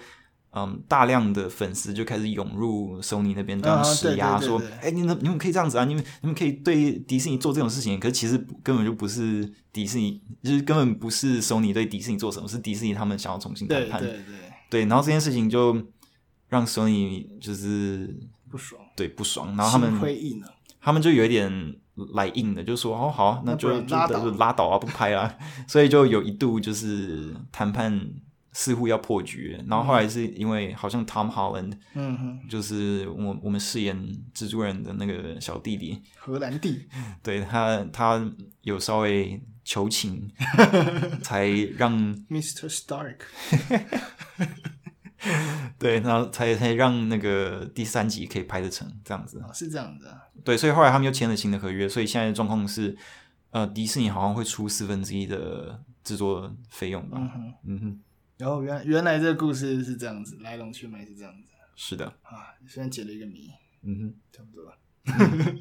Speaker 1: 嗯，大量的粉丝就开始涌入 Sony 那边，这样
Speaker 2: 啊
Speaker 1: 施
Speaker 2: 对
Speaker 1: 压，
Speaker 2: 对对
Speaker 1: 说
Speaker 2: 对：“
Speaker 1: 哎，你们你们可以这样子啊，你们你们可以对迪士尼做这种事情。”可是其实不根本就不是迪士尼，就是根本不是 Sony 对迪士尼做什么，是迪士尼他们想要重新谈
Speaker 2: 对
Speaker 1: 判。
Speaker 2: 对对，
Speaker 1: 对，然后这件事情就让 Sony 就是
Speaker 2: 不爽。
Speaker 1: 对不爽，然后他们
Speaker 2: 心灰意冷。
Speaker 1: 他们就有一点来硬的，就说哦好啊，
Speaker 2: 那
Speaker 1: 那
Speaker 2: 不
Speaker 1: 就
Speaker 2: 然
Speaker 1: 就
Speaker 2: 拉
Speaker 1: 就
Speaker 2: 倒
Speaker 1: 拉倒啊，不 拍啦。所以就有一度就是谈判似乎要破局，然后后来是因为好像 Tom Holland
Speaker 2: 嗯哼，
Speaker 1: 就是我我们饰演蜘蛛人的那个小弟弟，
Speaker 2: 荷兰弟。
Speaker 1: 对他他有稍微求 情，才让
Speaker 2: Mr. Stark，
Speaker 1: 对，然后才才让那个第三集可以拍得成这样子。
Speaker 2: 哦是这样子啊，
Speaker 1: 对，所以后来他们又签了新的合约，所以现在的状况是，呃，迪士尼好像会出四分之一的制作费用吧
Speaker 2: 嗯？哼，
Speaker 1: 嗯哼，
Speaker 2: 然后原原来这个故事是这样子，来龙去脉是这样子
Speaker 1: 是的，
Speaker 2: 啊，虽然解了一个谜，
Speaker 1: 嗯
Speaker 2: 差不多吧。
Speaker 1: 哼，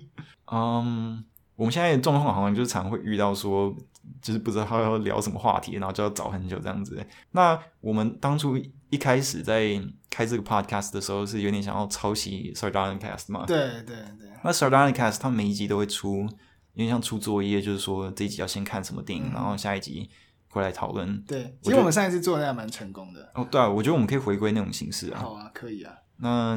Speaker 1: 嗯，我们现在的状况好像就是常会遇到说，就是不知道要聊什么话题，然后就要找很久这样子。那我们当初一开始在开这个 podcast 的时候，是有点想要抄袭 Sardonic Cast 嘛？
Speaker 2: 对对对，
Speaker 1: 那 Sardonic Cast 他每一集都会出，有点像出作业，就是说这一集要先看什么电影，
Speaker 2: 嗯
Speaker 1: 然后下一集回来讨论。
Speaker 2: 对，
Speaker 1: 我觉
Speaker 2: 其
Speaker 1: 得
Speaker 2: 实我们上一次做的还蛮成功的。
Speaker 1: 哦，对啊，我觉得我们可以回归那种形式啊。
Speaker 2: 好啊，可以啊。
Speaker 1: 那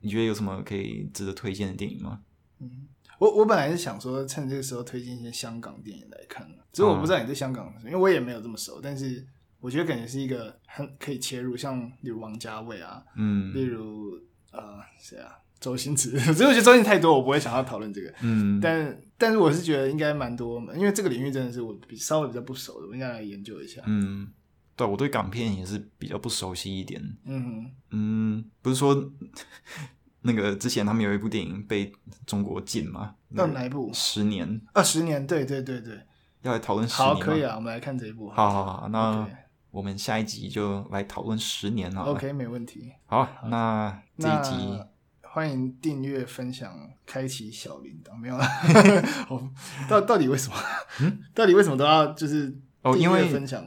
Speaker 1: 你觉得有什么可以值得推荐的电影吗？
Speaker 2: 嗯，我我本来是想说趁这个时候推荐一些香港电影来看，啊只是我不
Speaker 1: 嗯
Speaker 2: 知道你对香港，因为我也没有这么熟，但是我觉得感觉是一个很可以切入，像例如王家卫啊，例
Speaker 1: 嗯
Speaker 2: 如呃谁啊，周星驰， 只是我觉得周星驰太多，我不会想要讨论这个。
Speaker 1: 嗯，
Speaker 2: 但但是我是觉得应该蛮多嘛，因为这个领域真的是我比稍微比较不熟的，我应该来研究一下。
Speaker 1: 嗯，对我对港片也是比较不熟悉一点。
Speaker 2: 嗯哼，
Speaker 1: 嗯，不是说那个之前他们有一部电影被中国禁嘛？
Speaker 2: 那
Speaker 1: 个
Speaker 2: 哪一部
Speaker 1: 十年
Speaker 2: 二十年，对对对对，
Speaker 1: 要来讨论十年
Speaker 2: 好，
Speaker 1: 吗
Speaker 2: 可以。啊，我们来看这一部。
Speaker 1: 好好好，那
Speaker 2: OK
Speaker 1: 我们下一集就来讨论十年好了。
Speaker 2: ，OK，没问题。
Speaker 1: 好，那这一集
Speaker 2: 那欢迎订阅、分享、开启小铃铛，没有啦。 我到到底为什么？ 到底为什么都要就是
Speaker 1: 嗯哦
Speaker 2: 订阅
Speaker 1: 因为
Speaker 2: 分享、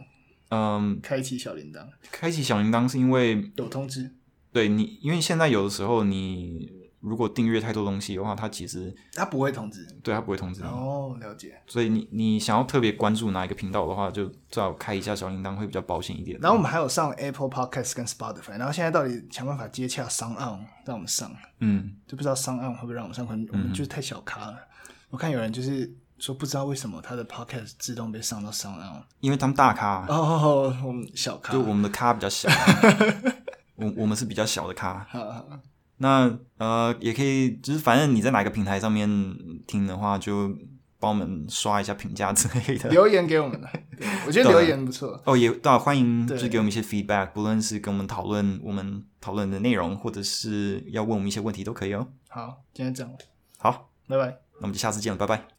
Speaker 1: 嗯，
Speaker 2: 开启小铃铛
Speaker 1: 开启小铃铛是因为
Speaker 2: 有通知？
Speaker 1: 对你，因为现在有的时候你如果订阅太多东西的话，它其实
Speaker 2: 它不会通知。
Speaker 1: 对它不会通知你。
Speaker 2: 哦，了解。
Speaker 1: 所以你你想要特别关注哪一个频道的话，就最好开一下小铃铛会比较保险一点。
Speaker 2: 然后我们还有上 Apple Podcast 跟 Spotify，然后现在到底想办法接洽 Sound On 让我们上，
Speaker 1: 嗯，
Speaker 2: 就不知道 Sound On 会不会让我们上，可能我们就是太小咖了。我看有人就是说不知道为什么他的 Podcast 自动被上到 Sound On，
Speaker 1: 因为他们大咖， 啊
Speaker 2: 哦，我们小咖，
Speaker 1: 就我们的咖比较 小，我我们是比较小的咖。
Speaker 2: 好好好
Speaker 1: 那呃，也可以，就是反正你在哪个平台上面听的话，就帮我们刷一下评价之类的。
Speaker 2: 留言给我们 了，对我觉得
Speaker 1: 对
Speaker 2: 留言不错。
Speaker 1: 哦，也对、啊，欢迎
Speaker 2: 对
Speaker 1: 就是给我们一些 feedback，不论是跟我们讨论我们讨论的内容，或者是要问我们一些问题都可以哦。
Speaker 2: 好，今天这样，
Speaker 1: 好，
Speaker 2: 拜拜。
Speaker 1: 那我们就下次见了，拜拜。